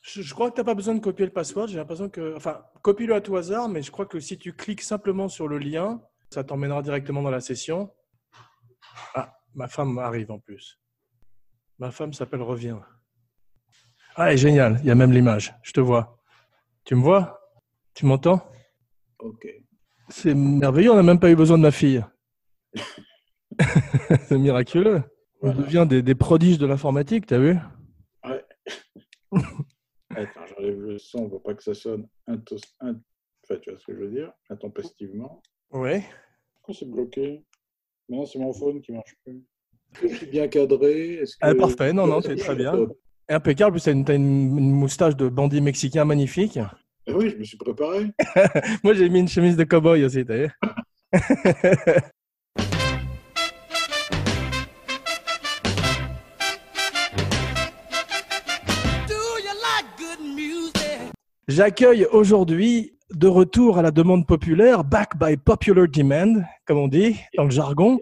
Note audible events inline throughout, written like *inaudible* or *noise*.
je crois que tu n'as pas besoin de copier le password. J'ai l'impression que. Enfin, copie-le à tout hasard, mais je crois que si tu cliques simplement sur le lien, ça t'emmènera directement dans la session. Ah, ma femme arrive en plus. Ma femme s'appelle Revient. Ah, elle est génial. Il y a même l'image. Je te vois. Tu me vois Tu m'entends Ok. C'est merveilleux. On n'a même pas eu besoin de ma fille. *laughs* C'est miraculeux. On Voilà. devient des, des prodiges de l'informatique, t'as vu Attends, j'enlève le son pour pas que ça sonne intos... in- enfin, tu vois ce que je veux dire Intempestivement. Oui. Pourquoi c'est bloqué Non, c'est mon phone qui marche plus. Est-ce que je suis bien cadré Est-ce que... Ah, parfait. Non, non, c'est très bien. Impeccable. Plus, t'as une, t'as une- une moustache de bandit mexicain magnifique. *laughs* Eh oui, je me suis préparé. Moi, j'ai mis une chemise de cow-boy aussi, t'as vu *laughs* Do you like good music? J'accueille aujourd'hui, de retour à la demande populaire, back by popular demand, comme on dit dans le jargon,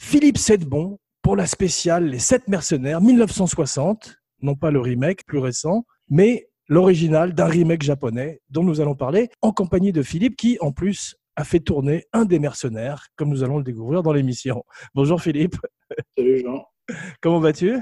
Philippe Sedbon pour la spéciale Les Sept Mercenaires 1960, non pas le remake plus récent, mais l'original d'un remake japonais dont nous allons parler en compagnie de Philippe qui, en plus, a fait tourner un des mercenaires, comme nous allons le découvrir dans l'émission. Bonjour Philippe, Salut Jean. comment vas-tu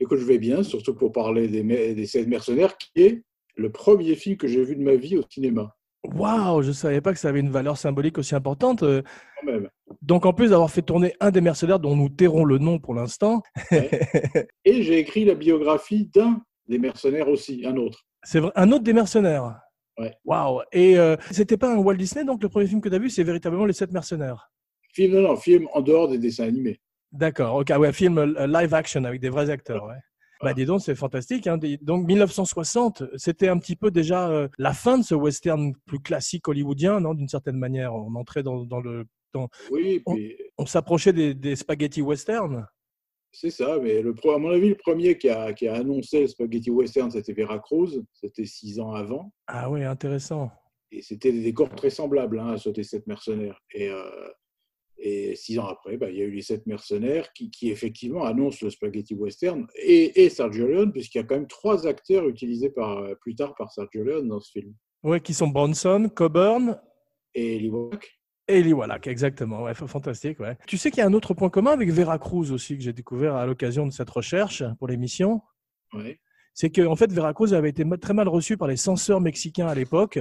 Écoute, je vais bien, surtout pour parler des, mer- des Sept mercenaires, qui est le premier film que j'ai vu de ma vie au cinéma, Waouh, je ne savais pas que ça avait une valeur symbolique aussi importante. Euh, quand même. Donc en plus d'avoir fait tourner un des mercenaires dont nous tairons le nom pour l'instant, Et j'ai écrit la biographie d'un des mercenaires aussi, un autre. C'est vrai, un autre des mercenaires. Ouais. Waouh. Et euh, c'était pas un Walt Disney, donc le premier film que tu as vu, c'est véritablement Les Sept Mercenaires. Film, non, non, film en dehors des dessins animés. D'accord, ok, ouais, film euh, live action avec des vrais acteurs. ouais. Bah, dis donc, c'est fantastique. hein. Dis- Donc, 1960, c'était un petit peu déjà euh, la fin de ce western plus classique hollywoodien, non D'une certaine manière, on entrait dans, dans le, Oui, On- puis on s'approchait des, des spaghetti western. c'est ça, mais le, pro- à mon avis, le premier qui a, qui a annoncé le Spaghetti Western, c'était Vera Cruz, c'était six ans avant. Ah oui, intéressant. Et c'était des décors très semblables hein, à ceux des sept mercenaires. Et, euh, et six ans après, bah, il y a eu les sept mercenaires qui, qui effectivement annoncent le spaghetti western et, et Sergio Leone, puisqu'il y a quand même trois acteurs utilisés par, euh, plus tard par Sergio Leone dans ce film. Ouais, qui sont Bronson, Coburn, Et Eli Wallach. Et Eli Wallach, exactement. Ouais, fa- fantastique. Ouais. Tu sais qu'il y a un autre point commun avec Vera Cruz aussi que j'ai découvert à l'occasion de cette recherche pour l'émission. Ouais. C'est que en fait, Vera Cruz avait été ma- très mal reçue par les censeurs mexicains à l'époque.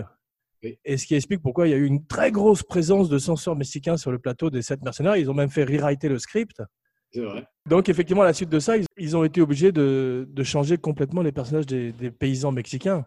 Oui. Et ce qui explique pourquoi il y a eu une très grosse présence de censeurs mexicains sur le plateau des sept mercenaires. Ils ont même fait rewriter le script. C'est vrai. Donc effectivement, à la suite de ça, ils, ils ont été obligés de, de changer complètement les personnages des, des paysans mexicains.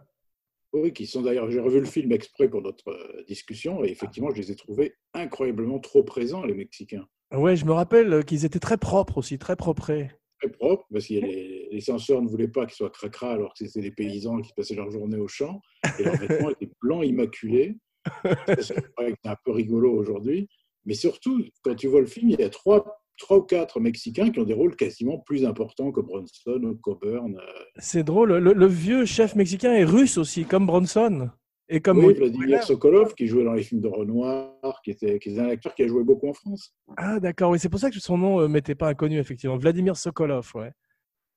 Oui, qui sont d'ailleurs, j'ai revu le film exprès pour notre euh, discussion, et effectivement, je les ai trouvés incroyablement trop présents, les Mexicains. Ouais, je me rappelle qu'ils étaient très propres aussi, très proprés. Très propres, parce que les, les censeurs ne voulaient pas qu'ils soient cracra, alors que c'était des paysans qui passaient leur journée au champ, et leurs vêtements étaient blancs immaculés. Ça, C'est vrai que c'est un peu rigolo aujourd'hui, mais surtout, quand tu vois le film, il y a trois, trois ou quatre Mexicains qui ont des rôles quasiment plus importants que Bronson ou Coburn. euh, C'est drôle. Le, le vieux chef mexicain est russe aussi, comme Bronson. Et comme oui, Oliver euh, Vladimir Wyler. Sokolov, qui jouait dans les films de Renoir, qui était, qui était un acteur qui a joué beaucoup en France. Ah, d'accord. Oui, c'est pour ça que son nom euh, m'était pas inconnu, effectivement. Vladimir Sokolov, ouais.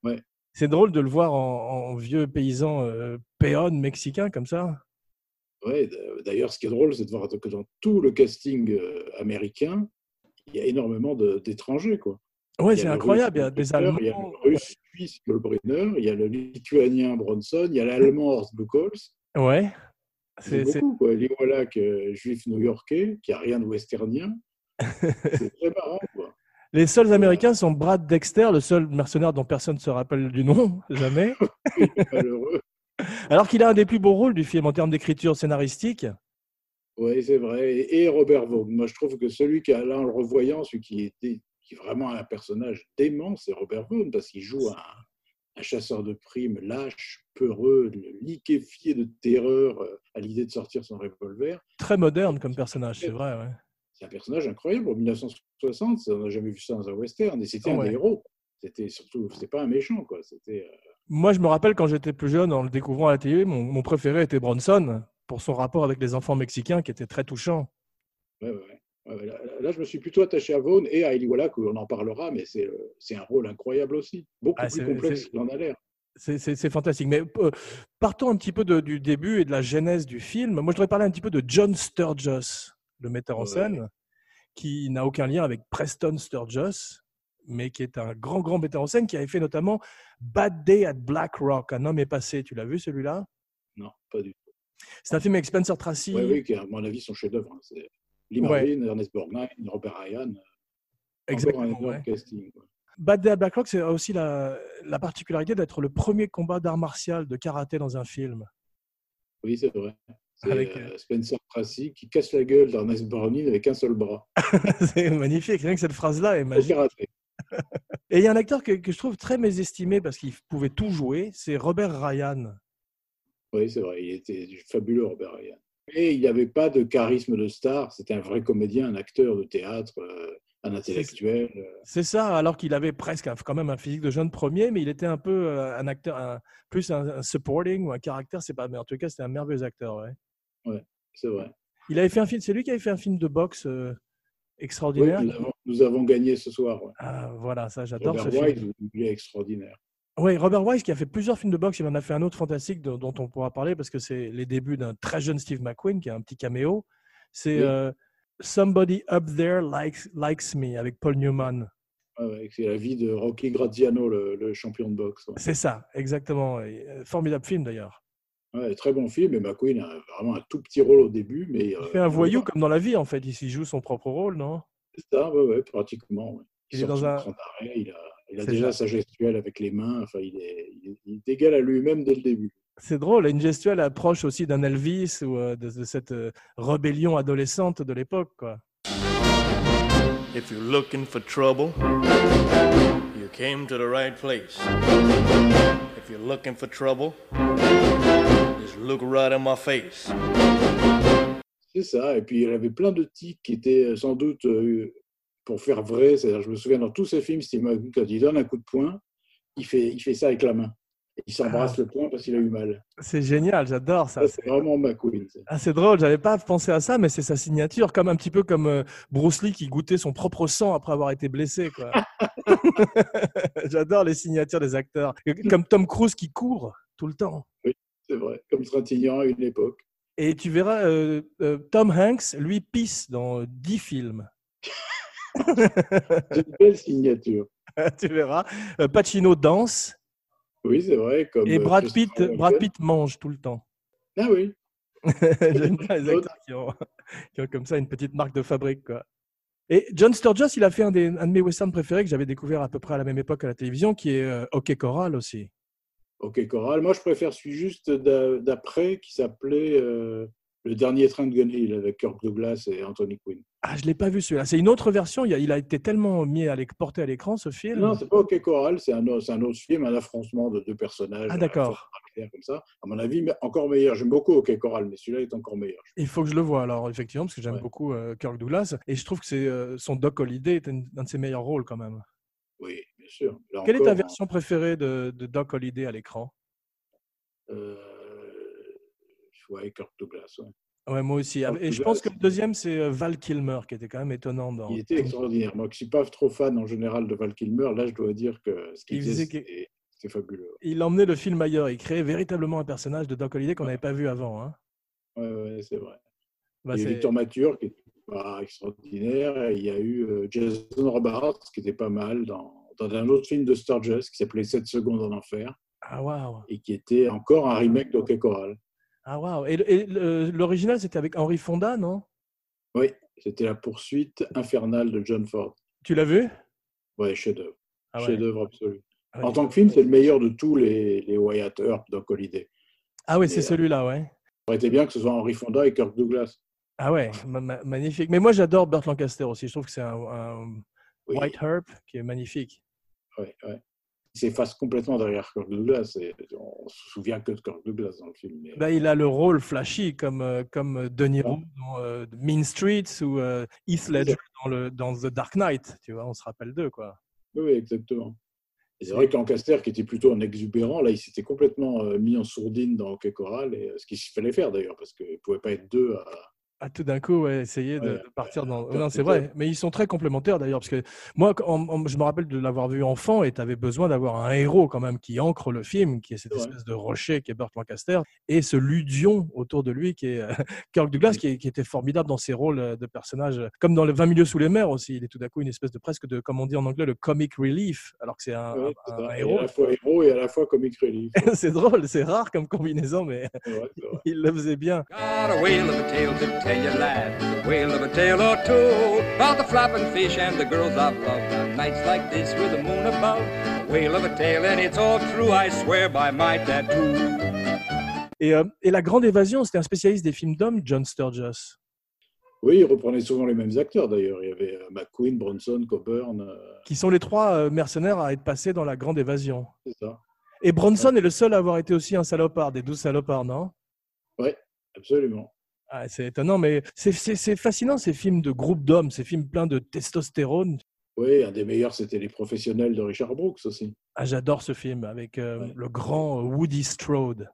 Ouais. C'est drôle de le voir en, en vieux paysan euh, péon mexicain comme ça. Ouais, d- d'ailleurs, ce qui est drôle, c'est de voir que dans tout le casting euh, américain, il y a énormément de- d'étrangers. quoi. Ouais, Il y a c'est le incroyable. Il y a Russe des Butler, Allemands. Il y a le russe suisse Goldbrenner, il y a le lituanien Bronson, il y a l'allemand Horst Buchholz. Ouais. C'est C'est, c'est- beaucoup, quoi. Eli Wallach, euh, juif new-yorkais, qui a rien de *laughs* westernien. c'est très marrant, quoi. Les seuls Américains sont Brad Dexter, le seul mercenaire dont personne ne se rappelle du nom, *laughs* jamais. Il est malheureux. Alors qu'il a un des plus beaux rôles du film en termes d'écriture scénaristique. Oui, c'est vrai. Et et Robert Vaughn. Moi, je trouve que celui qui a, là, en le revoyant, celui qui était qui est vraiment un personnage dément, c'est Robert Vaughn, parce qu'il joue un, un chasseur de primes lâche, peureux, liquéfié de terreur euh, à l'idée de sortir son revolver. Très moderne comme personnage, c'est vrai. Ouais. C'est un personnage incroyable. En 1960, ça, on n'a jamais vu ça dans un western, et c'était un Ouais. des héros. C'était surtout, c'était pas un méchant, quoi. C'était euh, Moi, je me rappelle quand j'étais plus jeune, en le découvrant à la télé, mon, mon préféré était Bronson, pour son rapport avec les enfants mexicains qui était très touchant. euh, ouais, ouais, ouais. Ouais, ouais, là, là, je me suis plutôt attaché à Vaughn et à Eli Wallach, où on en parlera, mais c'est euh, c'est un rôle incroyable aussi, beaucoup Ah, plus c'est- complexe c'est- qu'il en a l'air. C'est- C'est c'est fantastique. Mais euh, partons un petit peu de- du début et de la genèse du film. Moi, je voudrais parler un petit peu de John Sturges, le metteur en Ouais. scène, qui n'a aucun lien avec Preston Sturges, mais qui est un grand, grand metteur en scène qui avait fait notamment Bad Day at Black Rock. Un homme est passé. Tu l'as vu celui-là Non, pas du tout. C'est un film avec Spencer Tracy. Oui, oui, qui est, à mon avis, son chef-d'œuvre. hein. C'est Lee Ouais. Marvin, Ernest Borgnine, Robert Ryan. Encore un Exactement. énorme ouais. casting. quoi. Bad Day at Black Rock, c'est aussi la, la particularité d'être le premier combat d'art martial de karaté dans un film. *laughs* Oui, c'est vrai. C'est Avec, euh, Spencer Tracy qui casse la gueule d'Ernest Borgnine avec un seul bras. c'est magnifique. Rien que cette phrase-là est Au magique. karaté. Et il y a un acteur que, que je trouve très mésestimé parce qu'il pouvait tout jouer, c'est Robert Ryan. Oui, c'est vrai, il était fabuleux, Robert Ryan. Et il n'avait pas de charisme de star, c'était un vrai comédien, un acteur de théâtre, euh, un intellectuel. euh, C'est ça, alors qu'il avait presque un- quand même un physique de jeune premier, mais il était un peu euh, un acteur, un- plus un, un supporting ou un caractère, c'est pas, mais en tout cas, c'était un merveilleux acteur. ouais. C'est vrai. Il avait fait un film, c'est lui qui avait fait un film de boxe euh, Oui, extraordinaire. nous, avons, nous avons gagné ce soir. ouais. Ah, voilà, ça, j'adore ce Robert film. Wise, vous oubliez, extraordinaire. Oui, Robert Wise qui a fait plusieurs films de boxe, il en a fait un autre fantastique dont, dont on pourra parler parce que c'est les débuts d'un très jeune Steve McQueen qui a un petit caméo. C'est Oui. euh, Somebody Up There Likes, Likes Me avec Paul Newman. Ouais, ouais, c'est la vie de Rocky Graziano, le, le champion de boxe. ouais. C'est ça, exactement. Et, euh, Formidable film d'ailleurs. Ouais, très bon film, et McQueen a vraiment un tout petit rôle au début. Mais, euh, Il fait un voyou comme dans la vie en fait. Il s'y joue son propre rôle, non ça, ouais, ouais, pratiquement. ouais. Il est sort dans son un- train d'arrêt, il a, il a C'est déjà sa gestuelle avec les mains, enfin, il est, il est- il est égal à lui-même dès le début. C'est drôle. Une gestuelle approche aussi d'un Elvis ou euh, de, de cette euh, rébellion adolescente de l'époque. quoi. If you're looking for trouble, you came to the right place. If you're looking for trouble, just look right in my face. C'est ça. Et puis, elle avait plein de tics qui étaient euh, sans doute euh, pour faire vrai. C'est-à-dire, je me souviens dans tous ses films, Steve McQueen, quand il donne un coup de poing, il fait, il fait ça avec la main. Il s'embrasse le poing parce qu'il a eu mal. C'est génial, j'adore Ah. ça. Ça, c'est vraiment McQueen. ça. Ah, c'est drôle, j'avais pas pensé à ça, mais c'est sa signature, comme un petit peu comme euh, Bruce Lee qui goûtait son propre sang après avoir été blessé. quoi. *laughs* J'adore les signatures des acteurs, comme Tom Cruise qui court tout le temps. C'est vrai. Comme Trintignant à *laughs* une époque. Et tu verras, euh, euh, Tom Hanks, lui, pisse dans euh, 10 films. *laughs* C'est une belle signature. tu verras. Euh, Pacino danse Oui, c'est vrai. Comme et euh, Brad Christopher Pitt, Brad Walken. Pitt mange tout le temps. Ah oui. *laughs* J'aime bien les acteurs qui ont, *laughs* qui ont comme ça une petite marque de fabrique. Quoi. Et John Sturges, il a fait un, des, un de mes westerns préférés que j'avais découvert à peu près à la même époque à la télévision, qui est euh, Hockey Choral aussi. Ok, Coral. Moi, je préfère celui juste d'a- d'après qui s'appelait euh, Le dernier train de Gun Hill avec Kirk Douglas et Anthony Quinn. Ah, je ne l'ai pas vu celui-là. C'est une autre version. Il a, il a été tellement mis à l'éc- porté à l'écran, ce film. Non, c'est pas OK Coral, c'est un, autre- c'est un autre film, un affrontement de deux personnages. ah, d'accord. euh, caractères Comme ça. À mon avis, mais encore meilleur. J'aime beaucoup OK Coral, mais celui-là est encore meilleur. Il faut que je le voie alors, effectivement, parce que j'aime Ouais. beaucoup euh, Kirk Douglas. Et je trouve que c'est euh, son Doc Holliday est un, un de ses meilleurs rôles quand même. Oui, bien sûr. Là Quelle est encore, ta hein, version préférée de, de Doc Holliday à l'écran euh, ouais, Kirk Douglas. ouais. Ouais, moi aussi. Ah, Kirk Et je Douglas, pense que le c'est- deuxième, c'est euh, Val Kilmer, qui était quand même étonnant dans. Il était extraordinaire. Moi, qui suis pas trop fan en général de Val Kilmer, là, je dois dire que ce qu'il Il faisait, faisait que- c'était- c'était fabuleux. il emmenait le film ailleurs. Il créait véritablement un personnage de Doc Holliday qu'on n'avait pas vu avant. hein. Ouais, ouais, c'est vrai. Bah, il y a c'est- eu Victor Mature, qui n'était pas extraordinaire. et Il y a eu euh, Jason Robards, qui était pas mal dans, dans un autre film de Sturges qui s'appelait 7 secondes en enfer. Ah waouw et qui était encore un remake d'Hockey Coral. Ah waouh Et, le- et le- l'original, c'était avec Henri Fonda, non Oui, c'était la poursuite infernale de John Ford. Tu l'as vu Ouais, chef-d'œuvre. Ah ouais. Chef-d'œuvre absolu. Ah ouais. En tant que film, c'est le meilleur de tous les, les Wyatt Earp dans Holiday. Ah oui, c'est Mais, celui-là, ouais. Ça aurait été bien que ce soit Henry Fonda et Kirk Douglas. Ah ouais, ma- ma- magnifique. Mais moi, j'adore Burt Lancaster aussi. Je trouve que c'est un, un Oui, White Herb qui est magnifique. ouais, ouais. Il s'efface complètement derrière Kirk Douglas. et on se souvient que de Kirk Douglas dans le film. mais- Bah, il a le rôle flashy comme, euh, comme De Niro Ouais. dans euh, Mean Streets ou euh, Heath Ledger dans, le, dans The Dark Knight. Tu vois, on se rappelle d'eux, quoi. Oui, oui, exactement. Et C'est vrai que Lancaster, qui était plutôt un exubérant, là, il s'était complètement euh, mis en sourdine dans Hockey Coral, et, euh, ce qu'il fallait faire d'ailleurs, parce qu'il ne pouvait pas être deux à, à tout d'un coup ouais, essayer de, Ouais. de partir dans. Ouais, non, c'est c'est vrai. clair. Mais ils sont très complémentaires d'ailleurs, parce que moi, quand- en- en- je me rappelle de l'avoir vu enfant et tu avais besoin d'avoir un héros quand même qui ancre le film, qui est cette Ouais. espèce de rocher qui est Burt Lancaster, et ce ludion autour de lui qui est euh, *laughs* Kirk Douglas, qui, est- qui était formidable dans ses rôles euh, de personnages, euh, comme dans le 20 milieux sous les mers aussi. Il est tout d'un coup une espèce de presque de, comme on dit en anglais, le comic relief, alors que c'est un, Ouais, un- c'est un ça. Et héros. à la fois héros et à la fois comic *laughs* relief. c'est drôle, c'est rare comme combinaison, mais *laughs* C'est vrai, c'est vrai. il le faisait bien. Got a whale of a tale to tell you, lad. Whale of a tale or two. About the flapping fish and the girls I've loved. On nights like this with the moon above. Whale of a tale, and it's all true, I swear by my tattoo. Et, euh, et La Grande Évasion, c'était un spécialiste des films d'hommes, John Sturges. Oui, il reprenait souvent les mêmes acteurs d'ailleurs. Il y avait euh, McQueen, Bronson, Coburn, euh, qui sont les trois euh, mercenaires à être passés dans la grande évasion. c'est ça. Et Bronson est le seul à avoir été aussi un salopard, des douze salopards, non Absolument. Ah, C'est étonnant, mais c'est- c'est c'est fascinant ces films de groupe d'hommes, ces films pleins de testostérone. Oui, un des meilleurs, c'était Les Professionnels de Richard Brooks aussi. Ah, J'adore ce film avec euh, Ouais. le grand Woody Strode.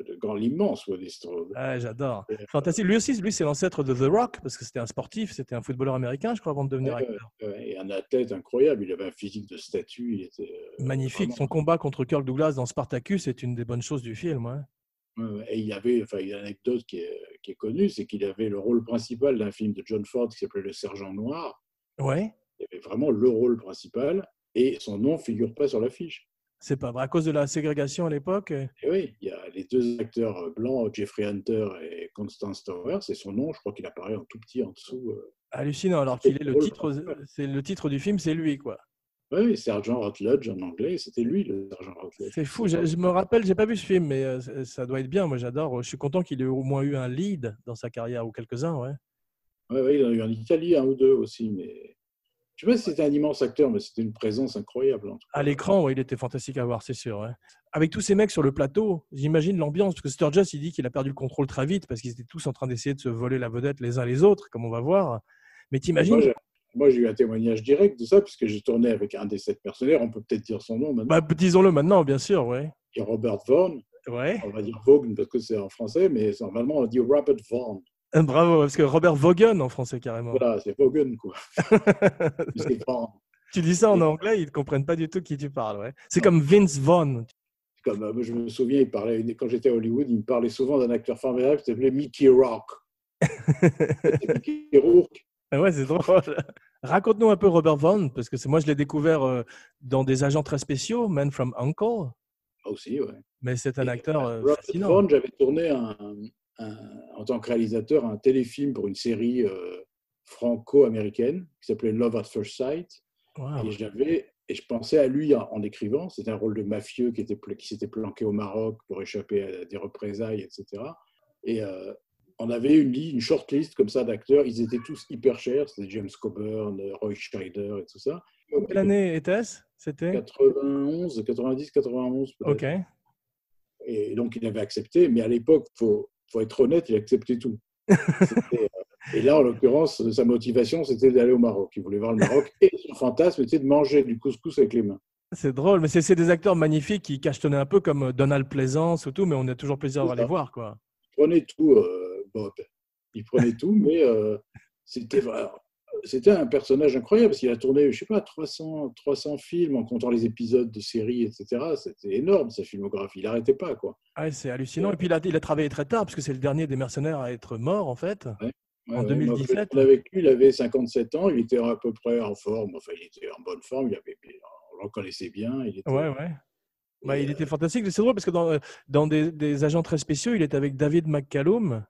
Le grand, l'immense Woody Strode. Ah, J'adore. Et, euh, Fantastique. Lui aussi, lui, c'est l'ancêtre de The Rock, parce que c'était un sportif, c'était un footballeur américain, je crois, avant de devenir Ouais, acteur. ouais, Euh, Et un athlète incroyable. Il avait un physique de statue. Il était, euh, Magnifique. vraiment- Son combat contre Kirk Douglas dans Spartacus est une des bonnes choses du film. hein. ouais. Ouais, Et il avait, enfin, il y a une anecdote qui est, qui est connue, c'est qu'il avait le rôle principal d'un film de John Ford qui s'appelait Le Sergent Noir. Ouais. Il avait vraiment le rôle principal et son nom figure pas sur l'affiche. C'est pas vrai. À cause de la ségrégation à l'époque. euh, Et oui, il y a les deux acteurs euh, blancs, Jeffrey Hunter et Constance Towers, et son nom, je crois qu'il apparaît en tout petit en dessous. euh. Hallucinant, alors C'est qu'il est le drôle, titre, c'est le titre du film, c'est lui quoi. Oui, Sergent Rutledge en anglais, c'était lui le Sergent Rutledge. C'est fou. Je, je me rappelle, j'ai pas vu ce film, mais euh, ça- ça doit être bien. Moi, j'adore. Je suis content qu'il ait au moins eu un lead dans sa carrière ou quelques-uns. Ouais. Ouais, ouais, il en a eu en Italie un ou deux aussi, mais je sais pas si c'était un immense acteur, mais c'était une présence incroyable. En tout cas. À l'écran, ouais, il était fantastique à voir, c'est sûr. ouais. Avec tous ces mecs sur le plateau, j'imagine l'ambiance parce que Sturgis, il dit qu'il a perdu le contrôle très vite parce qu'ils étaient tous en train d'essayer de se voler la vedette les uns les autres, comme on va voir. Mais Moi, t'imagines j'ai- Moi, j'ai eu un témoignage direct de ça, puisque j'ai tourné avec un des sept mercenaires, on peut peut-être dire son nom maintenant, bah, Disons-le maintenant, bien sûr, ouais. qui est Robert Vaughn. Ouais. On va dire Vaughn parce que c'est en français, mais normalement, on dit Robert Vaughn. Bravo, parce que Robert Vaughan en français carrément. Voilà, c'est Vaughan, *laughs* quoi. Mais c'est Vaughn. Tu dis ça en anglais, ils ne comprennent pas du tout qui tu parles. Ouais. C'est comme Vince Vaughn. Comme, euh, je me souviens, il parlait, quand j'étais à Hollywood, il me parlait souvent d'un acteur formidable qui s'appelait *laughs* Mickey Rourke. C'était Mickey Rourke. Ah *laughs* Ouais, c'est drôle. Raconte-nous un peu Robert Vaughn, parce que c'est moi, je l'ai découvert euh, dans des agents très spéciaux, Man from Uncle, Ah, aussi, ouais. mais c'est un Et, acteur euh, Robert fascinant. Vaughn, j'avais tourné un- un- en tant que réalisateur un téléfilm pour une série euh, franco-américaine qui s'appelait Love at First Sight. Wow. Et j'avais et je pensais à lui en, en écrivant. C'était un rôle de mafieux qui était pla- qui s'était planqué au Maroc pour échapper à des représailles, etc. Et euh, on avait une, li- une short list comme ça d'acteurs. Ils étaient tous hyper chers. C'était James Coburn, euh, Roy Scheider et tout ça. Quelle année était-ce C'était 91, 90, 91 peut-être. Ok. Et donc il avait accepté, mais à l'époque, faut, faut être honnête, il *laughs* acceptait tout. C'était, euh, et là, en l'occurrence, sa motivation, c'était d'aller au Maroc. Il voulait voir le Maroc. Et son fantasme était de manger du couscous avec les mains. C'est drôle, mais c'est c'est des acteurs magnifiques qui cachetonnaient un peu comme euh, Donald Plaisance ou tout, mais on a toujours plaisir C'est à les ça. voir. quoi. prenait tout, euh, Bob. Il prenait tout, mais euh, c'était alors, c'était un personnage incroyable parce qu'il a tourné, je sais pas, 300, 300 films en comptant les épisodes de séries, etc. C'était énorme sa filmographie. Il n'arrêtait pas quoi. Ouais, c'est hallucinant. Et puis, il a, il a travaillé très tard, parce que c'est le dernier des mercenaires à être mort, en fait. Ouais, En ouais, moi, quand 2017. on a vécu, il avait 57 ans. Il était à peu près en forme. Enfin, il était en bonne forme. Il avait, on le reconnaissait bien. Il était, Ouais, ouais. Bah, Et, il était fantastique. C'est drôle parce que dans, euh, dans des, des agents très spéciaux, il était avec David McCallum.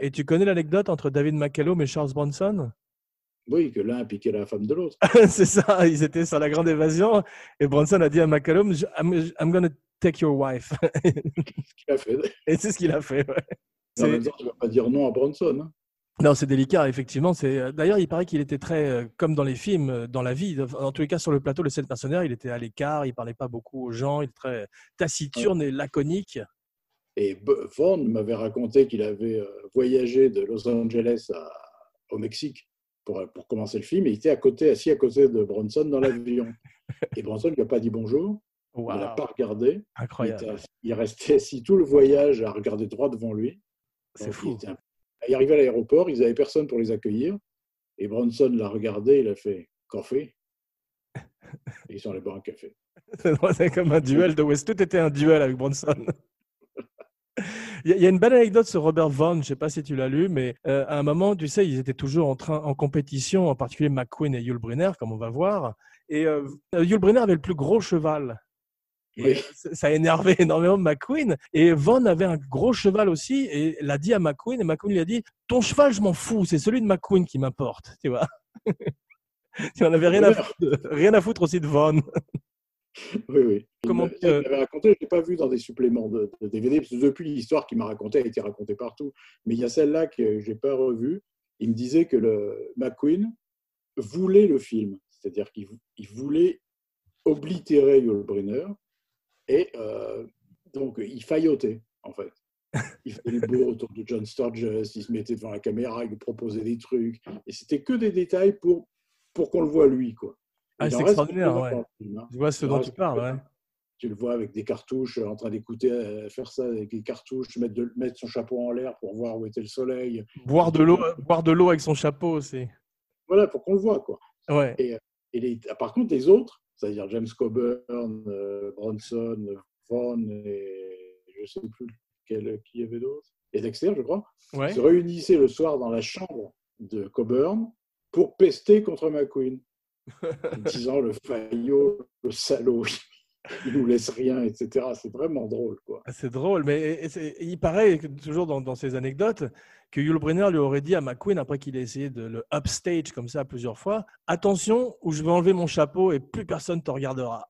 Et tu connais l'anecdote entre David McCallum et Charles Bronson *laughs* Oui, que l'un a piqué la femme de l'autre. C'est ça, ils étaient sur la grande évasion et Bronson a dit à McCallum Je- I'm, I'm gonna take your wife. *laughs* Il a fait. Et c'est ce qu'il a fait. ouais. En C'est- même temps, tu vas pas dire non à Bronson. hein. Non, c'est délicat, effectivement. C'est euh, D'ailleurs, il paraît qu'il était très, euh, comme dans les films, euh, dans la vie. En tous les cas, sur le plateau, le sept mercenaire, il était à l'écart, il parlait pas beaucoup aux gens, il était très taciturne et laconique. Et B- Vaughan m'avait raconté qu'il avait euh, voyagé de Los Angeles à- au Mexique pour, pour commencer le film et il était à côté, assis à côté de Bronson dans *laughs* l'avion. Et Bronson lui a pas dit bonjour, il l'a Waouh, pas regardé. Il, incroyable, était assis- il restait assis tout le voyage à regarder droit devant lui. c'est Donc, il fou. était un- Il arrivait à l'aéroport, ils n'avaient personne pour les accueillir. Et Bronson l'a regardé, il a fait café. Et ils sont allés boire un café. *laughs* C'est comme un duel de West. Tout était un duel avec Bronson. *laughs* Il y a- il y a une belle anecdote sur Robert Vaughn, je ne sais pas si tu l'as lu, mais euh, à un moment, tu sais, ils étaient toujours en train en compétition, en particulier McQueen et Yul Brynner, comme on va voir. Et euh, Yul Brynner avait le plus gros cheval. Et euh, Oui. ça- ça a énervé *laughs* énormément McQueen. Et Vaughn avait un gros cheval aussi et l'a dit à McQueen. Et McQueen lui a dit Ton cheval, je m'en fous, c'est celui de McQueen qui m'importe. Tu vois *laughs* Tu en avais rien à, foutre, rien à foutre aussi de Vaughn. Oui, oui. Il Comment- euh, me- ça, il m'avait raconté, je ne l'ai pas vu dans des suppléments de, de DVD, parce que depuis l'histoire qu'il m'a racontée, elle a été racontée partout. Mais il y a celle-là que je n'ai pas revue. Il me disait que le McQueen voulait le film, c'est-à-dire qu'il vou- il voulait oblitérer Yul Brynner, et euh, donc il faillotait, *laughs* en fait. Il faisait les beaux autour de John Sturges, il se mettait devant la caméra, il lui proposait des trucs, et c'était que des détails pour, pour qu'on le voit lui, quoi. Ah, Il en c'est reste extraordinaire, encore ouais. dans le film, hein Tu vois ce Non, dont tu c'est- parles, ouais. tu le vois avec des cartouches euh, en train d'écouter euh, faire ça avec des cartouches mettre, de- mettre son chapeau en l'air pour voir où était le soleil Boire de l'eau, euh, boire de l'eau avec son chapeau aussi. voilà pour qu'on le voit quoi Ouais. et les- ah, par contre les autres c'est-à-dire James Coburn euh, Bronson Vaughn et je sais plus lequel- qui y avait d'autres et Dexter je crois Ouais. se réunissaient le soir dans la chambre de Coburn pour pester contre McQueen en disant le faillot le salaud il nous laisse rien etc c'est vraiment drôle quoi C'est drôle, mais et- et c'est- il paraît, que, toujours dans, dans ces anecdotes, que Yul Brynner lui aurait dit à McQueen, après qu'il ait essayé de le upstage comme ça plusieurs fois, attention, ou je vais enlever mon chapeau et plus personne te regardera.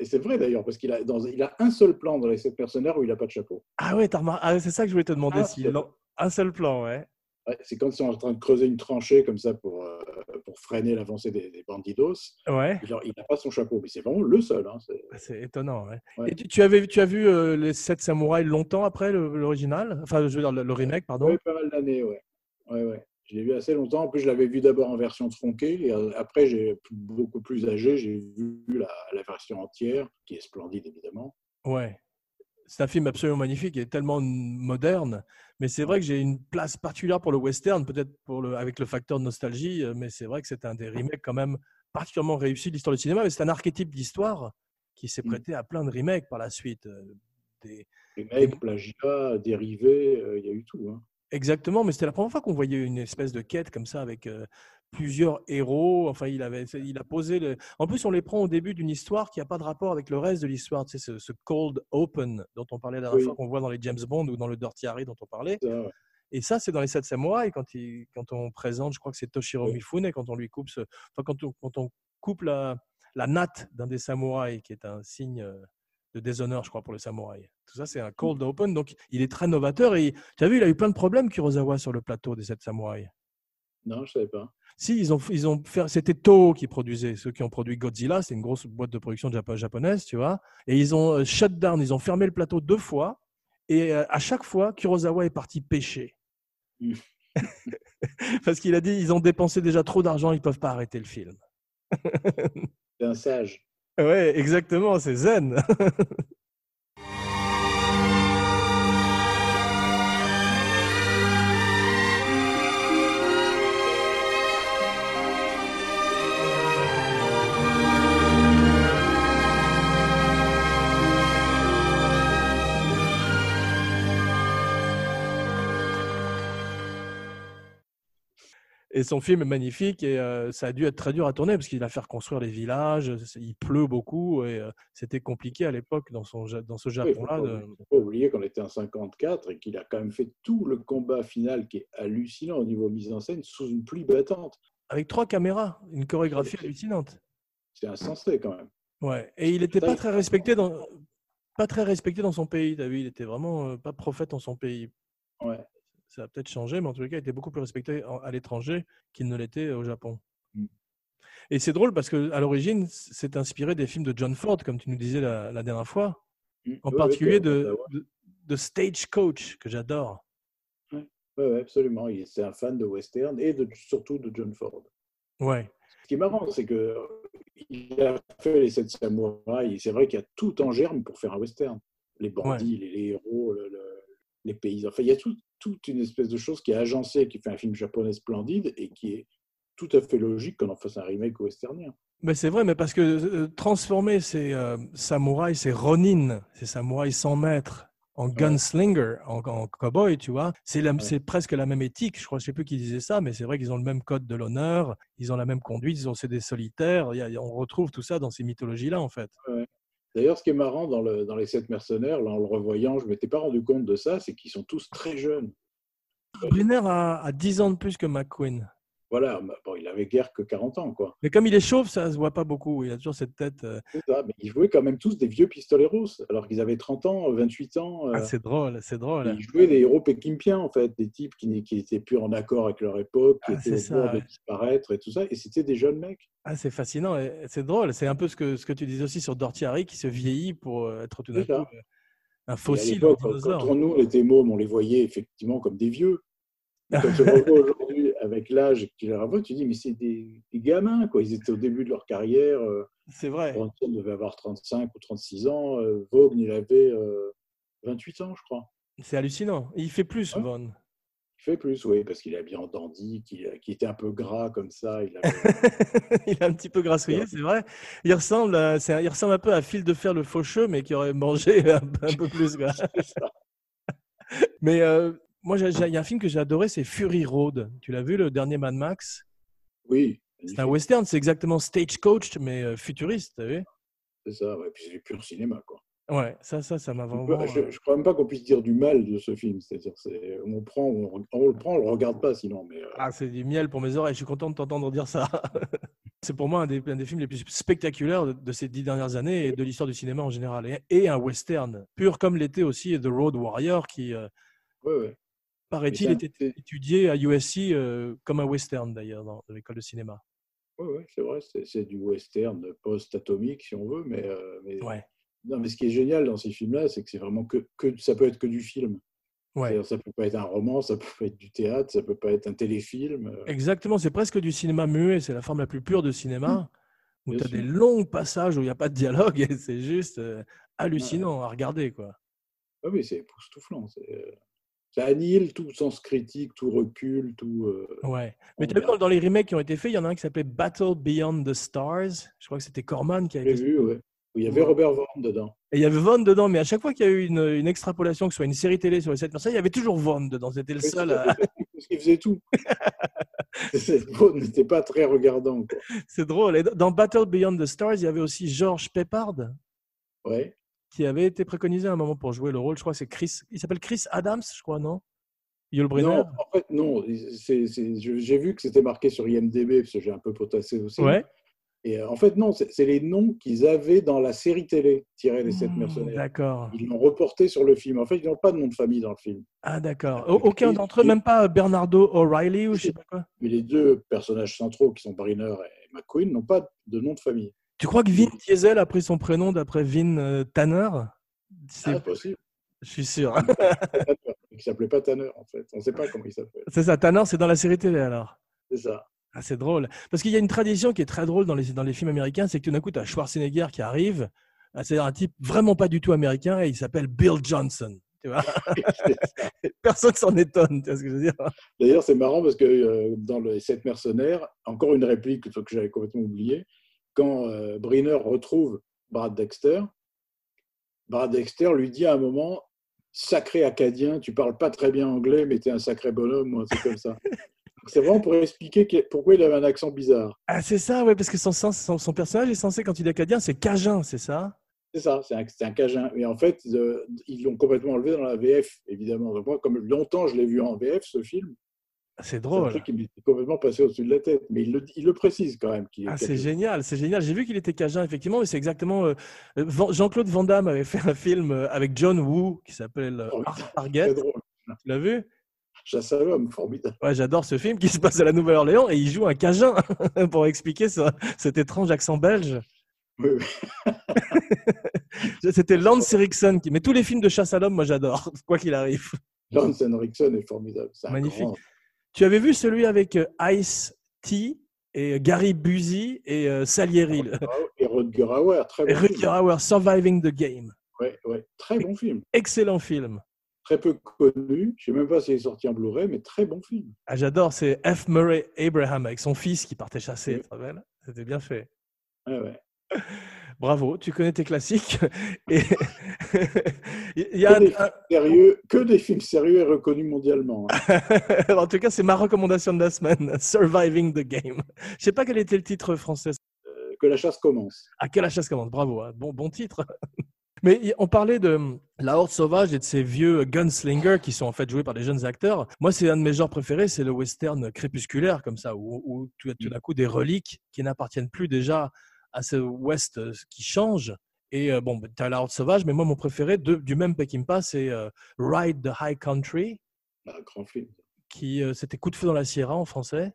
Et c'est vrai d'ailleurs, parce qu'il a, dans- il a un seul plan dans les sept mercenaires où il n'a pas de chapeau. Ah ouais, t'as remar- ah, c'est ça que je voulais te demander. Ah, si- c'est- non, un seul plan, ouais. Ouais, C'est quand ils sont en train de creuser une tranchée comme ça pour, euh, pour freiner l'avancée des, des bandidos. Ouais, Il n'a pas son chapeau, mais c'est vraiment le seul. hein, c'est- c'est étonnant. ouais. Ouais. Et tu, tu avais, tu as vu euh, les 7 samouraïs longtemps après le- l'original Enfin, je veux dire, le, le remake, Ouais, pardon. pas mal d'années, ouais. Ouais, ouais. Je l'ai vu assez longtemps. En plus, je l'avais vu d'abord en version tronquée. Et euh, après, j'ai plus- beaucoup plus âgé, j'ai vu la, la version entière, qui est splendide évidemment. Ouais. C'est un film absolument magnifique et tellement moderne. Mais c'est vrai que j'ai une place particulière pour le western, peut-être pour le, avec le facteur de nostalgie. euh, Mais c'est vrai que c'est un des remakes quand même particulièrement réussi de l'histoire du cinéma. Mais c'est un archétype d'histoire qui s'est Mm. prêté à plein de remakes par la suite. euh, Des... Remake, plagiat, dérivé, euh, il y a eu tout. hein. Exactement, mais c'était la première fois qu'on voyait une espèce de quête comme ça avec euh, plusieurs héros. Enfin, il, avait, il a posé. Le... En plus, on les prend au début d'une histoire qui n'a pas de rapport avec le reste de l'histoire. Tu sais, ce, ce cold open dont on parlait la dernière Oui. fois, qu'on voit dans les James Bond ou dans le Dirty Harry dont on parlait. Ça, ouais. Et ça, c'est dans les 7 samouraïs quand, il- quand on présente, je crois que c'est Toshiro Oui. Mifune, quand on lui coupe ce, enfin, quand on, quand on coupe la, la natte d'un des samouraïs, qui est un signe euh, de déshonneur, je crois, pour le samouraï. Tout ça, c'est un cold open, donc il est très novateur. Et il- tu as vu, il a eu plein de problèmes, Kurosawa, sur le plateau des 7 samouraïs. Non, je ne savais pas. Si, ils ont, ils ont fait, c'était Toho qui produisait, ceux qui ont produit Godzilla, c'est une grosse boîte de production japo- japonaise, tu vois. Et ils ont euh, shut down, ils ont fermé le plateau deux fois. Et euh, à chaque fois, Kurosawa est parti pêcher. Mm. *laughs* Parce qu'il a dit, ils ont dépensé déjà trop d'argent, ils peuvent pas arrêter le film. C'est un sage. Ouais, exactement, c'est zen. Et son film est magnifique et euh, ça a dû être très dur à tourner parce qu'il a fait reconstruire les villages, c'est- il pleut beaucoup et euh, c'était compliqué à l'époque dans, son, Ja- dans ce Oui, faut Japon-là. pas- de- faut pas oublier qu'on était en 54 et qu'il a quand même fait tout le combat final qui est hallucinant au niveau mise en scène sous une pluie battante. Avec trois caméras, une chorégraphie hallucinante. C'est insensé quand même. Ouais. Et il n'était pas Putain, très respecté dans pas très respecté dans son pays, t'as vu, il était vraiment euh, pas prophète dans son pays. Ouais. Ça a peut-être changé, mais en tout cas, il était beaucoup plus respecté en- à l'étranger qu'il ne l'était euh, au Japon. Mm. Et c'est drôle parce que à l'origine, c'est inspiré des films de John Ford, comme tu nous disais la, la dernière fois, en Oui, particulier oui, de, de, de Stagecoach, que j'adore. Oui, oui, absolument. Il- C'est un fan de western et de, surtout de John Ford. Ouais. Ce qui est marrant, c'est que euh, il a fait les sept samouraïs. et C'est vrai qu'il y a tout en germe pour faire un western. Les bandits, les, les héros, le- le- les paysans. Enfin, il y a tout- toute une espèce de chose qui est agencée, qui fait un film japonais splendide et qui est tout à fait logique qu'on en fasse un remake westernien. Mais c'est vrai, mais parce que euh, transformer ces euh, samouraïs, ces ronin, ces samouraïs sans maître, en gunslinger, en, en cowboy, tu vois, c'est la- c'est presque la même éthique. Je crois, je sais plus qui disait ça, mais c'est vrai qu'ils ont le même code de l'honneur, ils ont la même conduite, ils ont c'est des solitaires. il y a- on retrouve tout ça dans ces mythologies-là, en fait. D'ailleurs, ce qui est marrant dans, le- dans Les Sept Mercenaires, là, en le revoyant, je ne m'étais pas rendu compte de ça, c'est qu'ils sont tous très jeunes. Brunner a, a 10 ans de plus que McQueen. Voilà, bah, bon, il avait guère que 40 ans, quoi. Mais comme il est chauve, ça se voit pas beaucoup. Il a toujours cette tête. euh, C'est ça, mais ils jouaient quand même tous des vieux pistoleros, alors qu'ils avaient 30 ans, 28 ans. ah, euh, c'est drôle, c'est drôle. Ils jouaient des héros pékimpiens, en fait, des types qui, qui étaient plus en accord avec leur époque, qui Ah, étaient c'est au bord ça, de ouais. disparaître et tout ça. Et c'était des jeunes mecs. Ah, c'est fascinant, et- et c'est drôle. C'est un peu ce que, ce que tu disais aussi sur Dortiari qui se vieillit pour euh, être tout d'un C'est coup ça. euh, un Et à fossile, un l'époque, quand dinosaure. quand nous, on était mômes, on les voyait effectivement comme des vieux. Et Quand tu les *laughs* revois aujourd'hui avec l'âge et que tu les revois, tu dis, mais c'est des, des gamins, quoi. Ils étaient au début de leur carrière. euh, C'est vrai. Bronson devait avoir 35 ou 36 ans. euh, Vaughn, il avait euh, 28 ans, je crois. C'est hallucinant. Il fait plus, Ouais. Vaughn. *laughs* Il fait plus, oui, parce qu'il est habillé en dandy, qui, qui était un peu gras comme ça. Il *laughs* avait... il est un petit peu grassouillé, Ouais. c'est vrai. Il ressemble, à- c'est un- il ressemble un peu à Phil de Fer le faucheux, mais qui aurait mangé *laughs* un, peu- un peu plus. quoi. mais euh, moi, j'ai- j'ai- il y a un film que j'ai adoré, c'est Fury Road. Tu l'as vu, le dernier Mad Max Oui, C'est un western, c'est exactement stagecoach, mais euh, futuriste, t'as vu c'est ça. ouais, puis c'est du pur cinéma, quoi. Ouais, ça, ça, ça m'a vraiment... Ouais, je ne crois même pas qu'on puisse dire du mal de ce film. C'est-à-dire, c'est- on, prend, on, on le prend, on le regarde pas sinon. Mais, euh, Ah, c'est du miel pour mes oreilles. Je suis content de t'entendre dire ça. *laughs* c'est pour moi un des, un des films les plus spectaculaires de, de ces dix dernières années et de l'histoire du cinéma en général. Et, et un western, pur comme l'était aussi The Road Warrior, qui, euh, ouais, ouais. paraît-il, Mais ça, était c'est- étudié à USC euh, comme un western d'ailleurs, dans l'école de cinéma. ouais, ouais, c'est vrai, c'est c'est du western post-atomique, si on veut. Mais, euh, mais- Ouais, non, mais ce qui est génial dans ces films-là, c'est que c'est vraiment que, que ça peut être que du film. ouais. C'est-à-dire, ça peut pas être un roman, ça peut pas être du théâtre, ça peut pas être un téléfilm. euh, Exactement, c'est presque du cinéma muet, c'est la forme la plus pure de cinéma, où Mmh. Bien tu as des sûr. longs passages où il n'y a pas de dialogue *laughs* et c'est juste euh, hallucinant à regarder. quoi. ouais, mais Ah c'est époustouflant. c'est, euh, ça annihile tout sens critique, tout recul, tout. euh, Ouais. Mais on tu as vu, verra. dans les remakes qui ont été faits, il y en a un qui s'appelait Battle Beyond the Stars. Je crois que c'était Corman qui a J'ai été. vu, ouais. Il y avait Robert Vaughn dedans. Et il y avait Vaughn dedans, mais à chaque fois qu'il y a eu une, une extrapolation, que ce soit une série télé sur les 7 personnes, il y avait toujours Vaughn dedans. C'était le Oui, seul. tout à- *laughs* à *laughs* fait. Parce qu'il faisait tout. Cette faune n'était pas très regardant. Quoi. C'est drôle. Et dans Battle Beyond the Stars, il y avait aussi George Peppard Ouais. qui avait été préconisé à un moment pour jouer le rôle. Je crois que c'est Chris. Il s'appelle Chris Adams, je crois, non Yulbrenner Non, en fait, non. C'est- c'est- je- J'ai vu que c'était marqué sur IMDB, parce que j'ai un peu potassé aussi. Ouais. Et euh, en fait, non, c'est c'est les noms qu'ils avaient dans la série télé, tirée des sept Hmm, mercenaires. D'accord. Ils l'ont reporté sur le film. En fait, ils n'ont pas de nom de famille dans le film. Ah, d'accord. Avec Au- Aucun Chris- d'entre eux, même pas Bernardo O'Reilly ou je sais pas quoi. Mais les deux personnages centraux, qui sont Briner et McQueen, n'ont pas de nom de famille. Tu crois que Vin Diesel a pris son prénom d'après Vin euh, Tanner C'est- C'est Ah, possible. Je suis sûr. *laughs* Il ne s'appelait pas Tanner, en fait. On ne sait Ah. pas comment il s'appelle. c'est ça, Tanner, c'est dans la série télé alors. C'est ça. Ah, c'est drôle. Parce qu'il y a une tradition qui est très drôle dans les, dans les films américains, c'est que tout d'un coup, tu as Schwarzenegger qui arrive, ah, c'est un type vraiment pas du tout américain et il s'appelle Bill Johnson. Tu vois *laughs* Personne s'en étonne, tu vois ce que je veux dire D'ailleurs, c'est mercenaires. marrant parce que euh, dans les sept mercenaires, encore une réplique que j'avais complètement oubliée, quand euh, Briner retrouve Brad Dexter, Brad Dexter lui dit à un moment Sacré Acadien, tu parles pas très bien anglais, mais tu es un sacré bonhomme, ou un *laughs* truc comme ça. Donc, C'est vraiment pour expliquer que- pourquoi il avait un accent bizarre. Ah, c'est ça, ouais, parce que son, sens- son, son personnage est censé, quand il est acadien, c'est cajun, c'est ça C'est ça, c'est un, c'est un cajun. Et en fait, euh, ils l'ont complètement enlevé dans la VF, évidemment. Donc, moi, comme longtemps je l'ai vu en VF, ce film, Ah, C'est c'est un drôle. truc qui m'était complètement passé au-dessus de la tête. Mais il le, il le précise quand même. qu'il est Ah, c'est cajun. génial, c'est génial. J'ai vu qu'il était cajun, effectivement, mais c'est exactement. euh, euh, Van- Jean-Claude Van Damme avait fait un film euh, avec John Woo qui s'appelle euh, Oh, Hard Très Target. drôle. Tu l'as vu Chasse à *laughs* l'homme, formidable. Ouais, j'adore ce film qui se passe à la Nouvelle-Orléans et il joue un Cajun *laughs* pour expliquer ça, cet étrange accent belge. Oui, oui. *laughs* C'était Lance Erickson qui. Mais tous les films de chasse à l'homme, moi j'adore, *laughs* quoi qu'il arrive. Lance Henriksen est formidable. C'est un Magnifique. grand. Tu avais vu celui avec euh, Ice T et euh, Gary Busey et euh, Salieri Ah, le- Et Rutger Hauer, très et bon Rutger film. Hauer, Surviving the Game. Ouais, ouais, très bon film. Excellent film. Très peu connu. Je ne sais même pas s'il est sorti en Blu-ray, mais très bon film. Ah, j'adore, c'est F. Murray Abraham avec son fils qui partait chasser. Oui. tu te rappelles C'était bien fait. Ouais, ouais. Bravo, tu connais tes classiques. *laughs* Et il y a Que des un- Sérieux, que des films sérieux et reconnus mondialement. *laughs* hein. un- en tout cas, c'est ma recommandation de la semaine, *laughs* Surviving the Game. Je sais pas quel était le titre français. Euh, que la chasse commence. À quelle chasse commande Bravo, hein. bon, bon titre. *laughs* Mais y- on parlait de hum, la horde sauvage et de ces vieux gunslingers qui sont en fait joués par des jeunes acteurs. Moi, c'est un de mes genres préférés, c'est le western crépusculaire, comme ça, où, où tu Mmh. as tout d'un coup des reliques qui n'appartiennent plus déjà à ce west euh, qui change. Et euh, bon, tu as la horde sauvage, mais moi, mon préféré de- du même Peckinpah, c'est euh, Ride the High Country, Un grand film. qui euh, c'était Coup de feu dans la Sierra en français.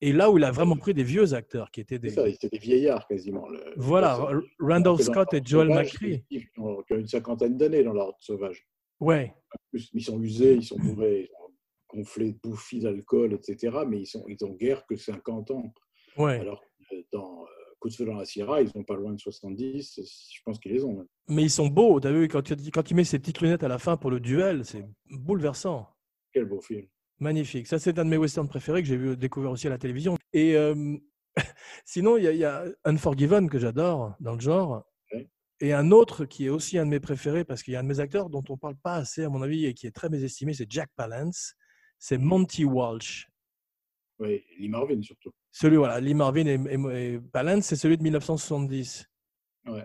Et là où il a vraiment pris des vieux acteurs qui étaient C'est des. ça, c'était des vieillards quasiment. le- Voilà, le- R- Randolph que dans Scott et Horde Joel Sauvage, McCree. c'est des types Qui ont, qui ont une cinquantaine d'années dans la Horde sauvage. Ouais. En plus, ils sont usés, ils sont bourrés, ils sont gonflés, bouffis d'alcool, etc. Mais ils, sont, ils ont guère que 50 ans. Ouais, Alors que dans euh, Coup de feu dans la Sierra, ils ont pas loin de 70. Je pense qu'ils les ont. hein. même. mais ils sont beaux, t'as vu, quand tu, quand il met ses petites lunettes à la fin pour le duel, c'est bouleversant. Quel beau film. Magnifique. Ça, c'est un de mes westerns préférés que j'ai vu découvert aussi à la télévision. Et euh, *laughs* sinon, il y, a- il y a Unforgiven que j'adore dans le genre. Ouais. Et un autre qui est aussi un de mes préférés parce qu'il y a un de mes acteurs dont on parle pas assez, à mon avis, et qui est très mésestimé, c'est Jack Palance. C'est Monty Walsh. Oui, Lee Marvin surtout. Celui, voilà, Lee Marvin et, et- et Palance, c'est celui de 1970. Ouais.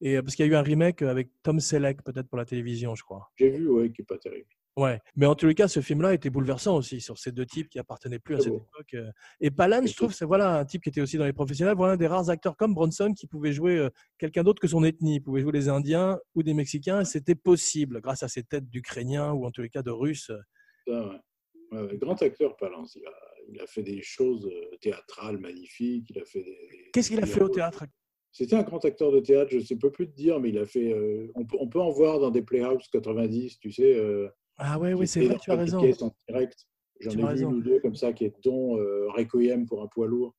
Et euh, parce qu'il y a eu un remake avec Tom Selleck, peut-être pour la télévision, je crois. J'ai vu, oui, qui est pas terrible. Ouais. Mais en tous les cas, ce film-là était bouleversant aussi sur ces deux types qui appartenaient plus à Très cette beau. époque. euh. Et Palance, Très je trouve, c'est voilà un type qui était aussi dans les professionnels, voilà un des rares acteurs comme Bronson qui pouvait jouer euh, quelqu'un d'autre que son ethnie, il pouvait jouer des Indiens ou des Mexicains. et C'était possible grâce à ses têtes d'Ukrainiens ou en tous les cas de Russes. Ça, ouais. Ouais, ouais, grand acteur, Palance. Il a, il a fait des choses euh, théâtrales magnifiques. Il a fait des- Qu'est-ce qu'il a des fait au rôles. théâtre C'était un grand acteur de théâtre, je ne sais pas plus te dire, mais il a fait. euh, on, peut, on peut en voir dans des Playhouse 90, tu sais. euh, Ah ouais, qui oui, c'est étaient vrai, dans tu as des raison. pièces en direct. J'en Tu as ai vu raison. une ou deux comme ça, qui est dont euh, Requiem pour un poids lourd.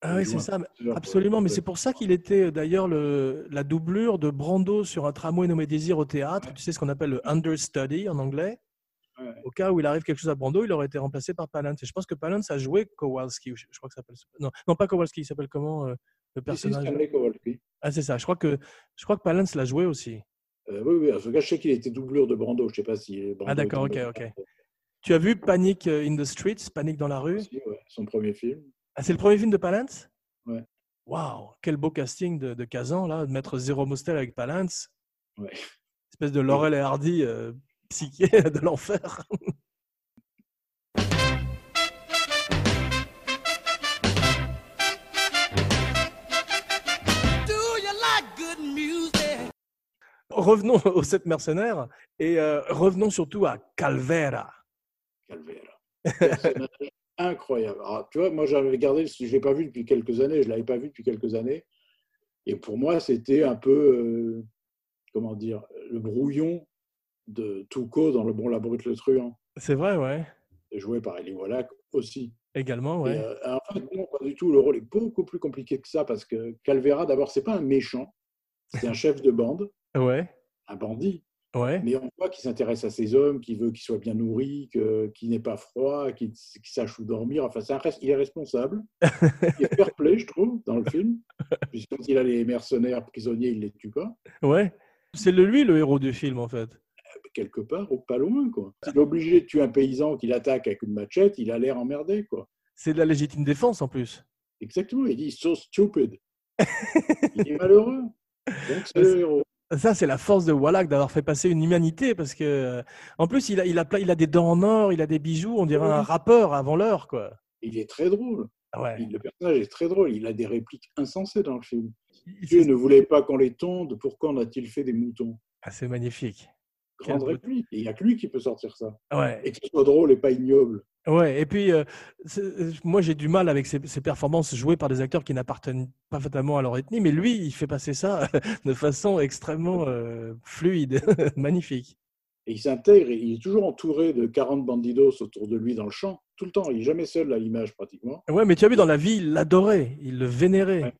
Ah oui, Il joue c'est un ça. acteur, Absolument, euh, mais c'est pour ça qu'il était euh, d'ailleurs le- la doublure de Brando sur un tramway nommé Désir au théâtre. Tu sais ce qu'on appelle le understudy en anglais. Ouais. Au cas où il arrive quelque chose à Brando, il aurait été remplacé par Palance. Et je pense que Palance a joué Kowalski. ou Je je crois que ça s'appelle. Non, non, pas Kowalski. Il s'appelle comment euh, le Si, si, personnage Stanley Kowalski. Ah, c'est ça. Je crois que je crois que Palance l'a joué aussi. Euh, oui, oui, en tout cas, je sais qu'il était doublure de Brando. Je ne sais pas si. Brando Ah, d'accord, était- ok, ok. Tu as vu Panic euh, in the Streets, Panic dans la rue Aussi, ouais, son premier film. Ah, c'est le premier film de Palance Ouais. Waouh, quel beau casting de, de Kazan, là, de mettre Zéro Mostel avec Palance. Ouais. Espèce de Laurel et Hardy euh, psyché *laughs* de l'enfer. Do you like good music? Revenons aux sept mercenaires et euh, revenons surtout à Calvera. Calvaire. *laughs* Personnage incroyable. Alors, tu vois, moi, j'avais gardé, je l'ai pas vu depuis quelques années, je l'avais pas vu depuis quelques années. Et pour moi, c'était un peu, euh, comment dire, le brouillon de Toucault dans Le Bon, la Brute, le Truand, C'est vrai, ouais. joué par Eli Wallach aussi. Également, Et, ouais. euh, en fait, non, pas du tout. Le rôle est beaucoup plus compliqué que ça parce que Calvera, d'abord, c'est pas un méchant, c'est un chef de bande, Ouais, un bandit. ouais. Mais on voit qu'il s'intéresse à ses hommes, qu'il veut qu'ils soient bien nourris, que- qu'il n'ait pas froid, qu'il qu'il sache où dormir. Enfin, c'est un res- il est responsable. Il est fair play, je trouve, dans le film. Puisque quand il a les mercenaires prisonniers, il ne les tue pas, Ouais. C'est le- lui le héros du film, en fait. quelque part, ou pas loin. Quoi. Il est obligé de tuer un paysan qu'il attaque avec une machette, il a l'air emmerdé. Quoi. C'est de la légitime défense, en plus. Exactement, il dit so stupid. Il est malheureux. Donc, c'est le héros. Ça, c'est la force de Wallach d'avoir fait passer une humanité parce que, euh, en plus, il a, il, a, plein- il a des dents en or, il a des bijoux, on dirait un Oui. rappeur avant l'heure, quoi. Il est très drôle. Ah Ouais. Il- Le personnage est très drôle. Il a des répliques insensées dans le film. Il- Dieu c'est- ne voulait pas qu'on les tonde, pourquoi en a-t-il fait des moutons Ah, C'est magnifique. Grande Quel réplique. Et Il n'y a que lui qui peut sortir ça. Ouais. Et que ce soit drôle et pas ignoble. Ouais, et puis euh, c'est- euh, moi j'ai du mal avec ces, ces performances jouées par des acteurs qui n'appartiennent pas fatalement à leur ethnie, mais lui il fait passer ça *laughs* de façon extrêmement euh, fluide, *laughs* magnifique. Et il s'intègre, et il est toujours entouré de 40 bandidos autour de lui dans le champ, tout le temps. Il n'est jamais seul à l'image pratiquement. Ouais, mais tu as vu dans la vie, il l'adorait, il le vénérait. Ouais.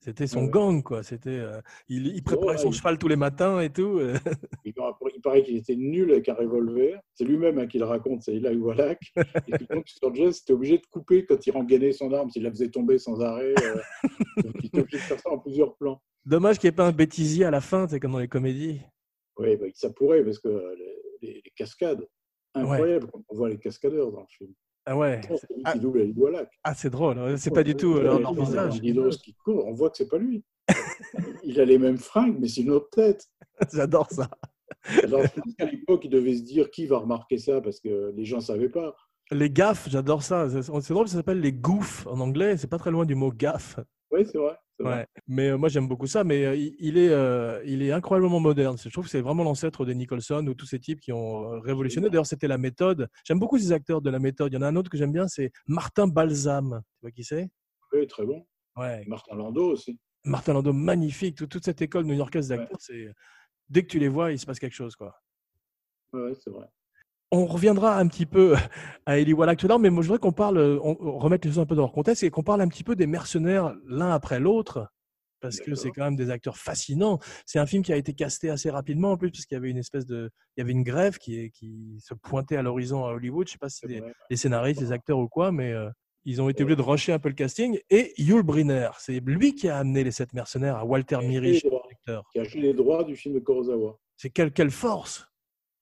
C'était son Ouais, ouais. gang quoi. C'était, euh, il, il préparait ouais, son il- cheval tous les matins et tout. euh. *laughs* Il, par- il paraît qu'il était nul avec un revolver. C'est lui-même hein, qui le raconte, c'est Eli Wallach. Et puis donc Sturges était obligé de couper quand il rengainait son arme, s'il la faisait tomber sans arrêt. euh. donc il était obligé de faire ça en plusieurs plans. Dommage qu'il n'y ait pas un bêtisier à la fin, c'est comme dans les comédies. Oui, bah, ça pourrait, parce que euh, les, les- les cascades, incroyable quand on voit les cascadeurs dans le film. Ah ouais, C'est lui ah. qui double Eli Wallach. ah c'est drôle. ouais, C'est pas du tout euh, leur, Là, leur il y a un visage. *laughs* Bandidos qui court, on voit que c'est pas lui. Il a les mêmes fringues, mais c'est une autre tête. J'adore ça. Alors, je pense qu'à l'époque, ils devaient se dire qui va remarquer ça parce que les gens ne savaient pas. Les gaffes, j'adore ça. C'est c'est drôle, ça s'appelle les goofs en anglais. C'est pas très loin du mot gaffe. Oui, c'est vrai. c'est vrai. Ouais. Mais euh, moi j'aime beaucoup ça. Mais euh, il, il est, euh, il est incroyablement moderne. Je trouve que c'est vraiment l'ancêtre des Nicholson ou tous ces types qui ont euh, révolutionné. D'ailleurs, c'était la méthode. J'aime beaucoup ces acteurs de la méthode. Il y en a un autre que j'aime bien, c'est Martin Balsam. Tu vois qui c'est Oui, très bon. Ouais. Et Martin Landau aussi. Martin Landau, magnifique. Tout- toute cette école new-yorkaise d'acteurs, c'est dès que tu les vois, il se passe quelque chose, quoi. Oui, c'est vrai. On reviendra un petit peu *laughs* à Eli Wallach tout à l'heure, mais moi, je voudrais qu'on parle, euh, on, on remette les choses un peu dans leur contexte et qu'on parle un petit peu des mercenaires l'un après l'autre, parce que D'accord. c'est quand même des acteurs fascinants. C'est un film qui a été casté assez rapidement en plus, parce qu'il y avait une espèce de, il y avait une grève qui, est- qui se pointait à l'horizon à Hollywood. Je sais pas si c'est c'est des, vrai. des scénaristes, des acteurs ou quoi, mais euh, ils ont été Ouais. obligés de rusher un peu le casting. Et Yul Brynner, c'est lui qui a amené les sept mercenaires à Walter Et Mirisch, Edouard. acteur. Qui a acheté les droits du film de Kurosawa. C'est quelle, quelle force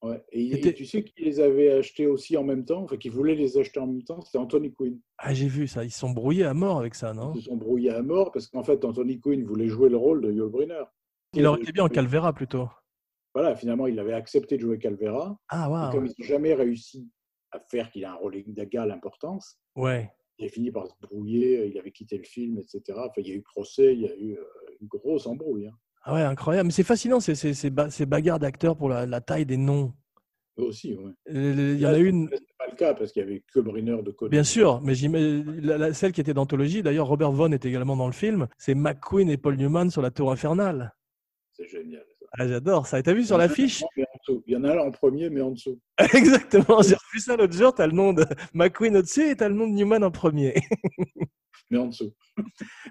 Ouais. Et, il- C'était- et tu sais qui les avait achetés aussi en même temps, enfin qui voulait les acheter en même temps, c'était Anthony Quinn. Ah, j'ai vu ça. Ils se sont brouillés à mort avec ça, non Ils se sont brouillés à mort parce qu'en fait, Anthony Quinn voulait jouer le rôle de Yul Brynner. Il aurait été bien en Calvera plutôt. Voilà, finalement, il avait accepté de jouer Calvera. Ah, et waouh. comme ils n'ont jamais réussi à faire qu'il a un rôle d'égal importance, Ouais. Il a fini par se brouiller, il avait quitté le film, etc. Enfin, il y a eu procès, il y a eu euh, une grosse embrouille. hein. Ah ouais, incroyable. Mais c'est fascinant ces, ces, ces, ba- ces bagarres d'acteurs pour la, la taille des noms. Eux aussi, ouais. Euh, Il y en Là, a une, C'était pas le cas parce qu'il y avait que Briner de côté. bien sûr, mais j'imagine- la- la- celle qui était d'anthologie, d'ailleurs Robert Vaughn est également dans le film, c'est McQueen et Paul Newman sur la tour infernale. C'est génial. ça. Ah, j'adore ça. Et T'as vu sur l'affiche Mais en dessous. Il y en a un en premier, mais en dessous. *laughs* Exactement, j'ai revu ça l'autre jour, t'as le nom de McQueen au-dessus et t'as le nom de Newman en premier. Mais en dessous.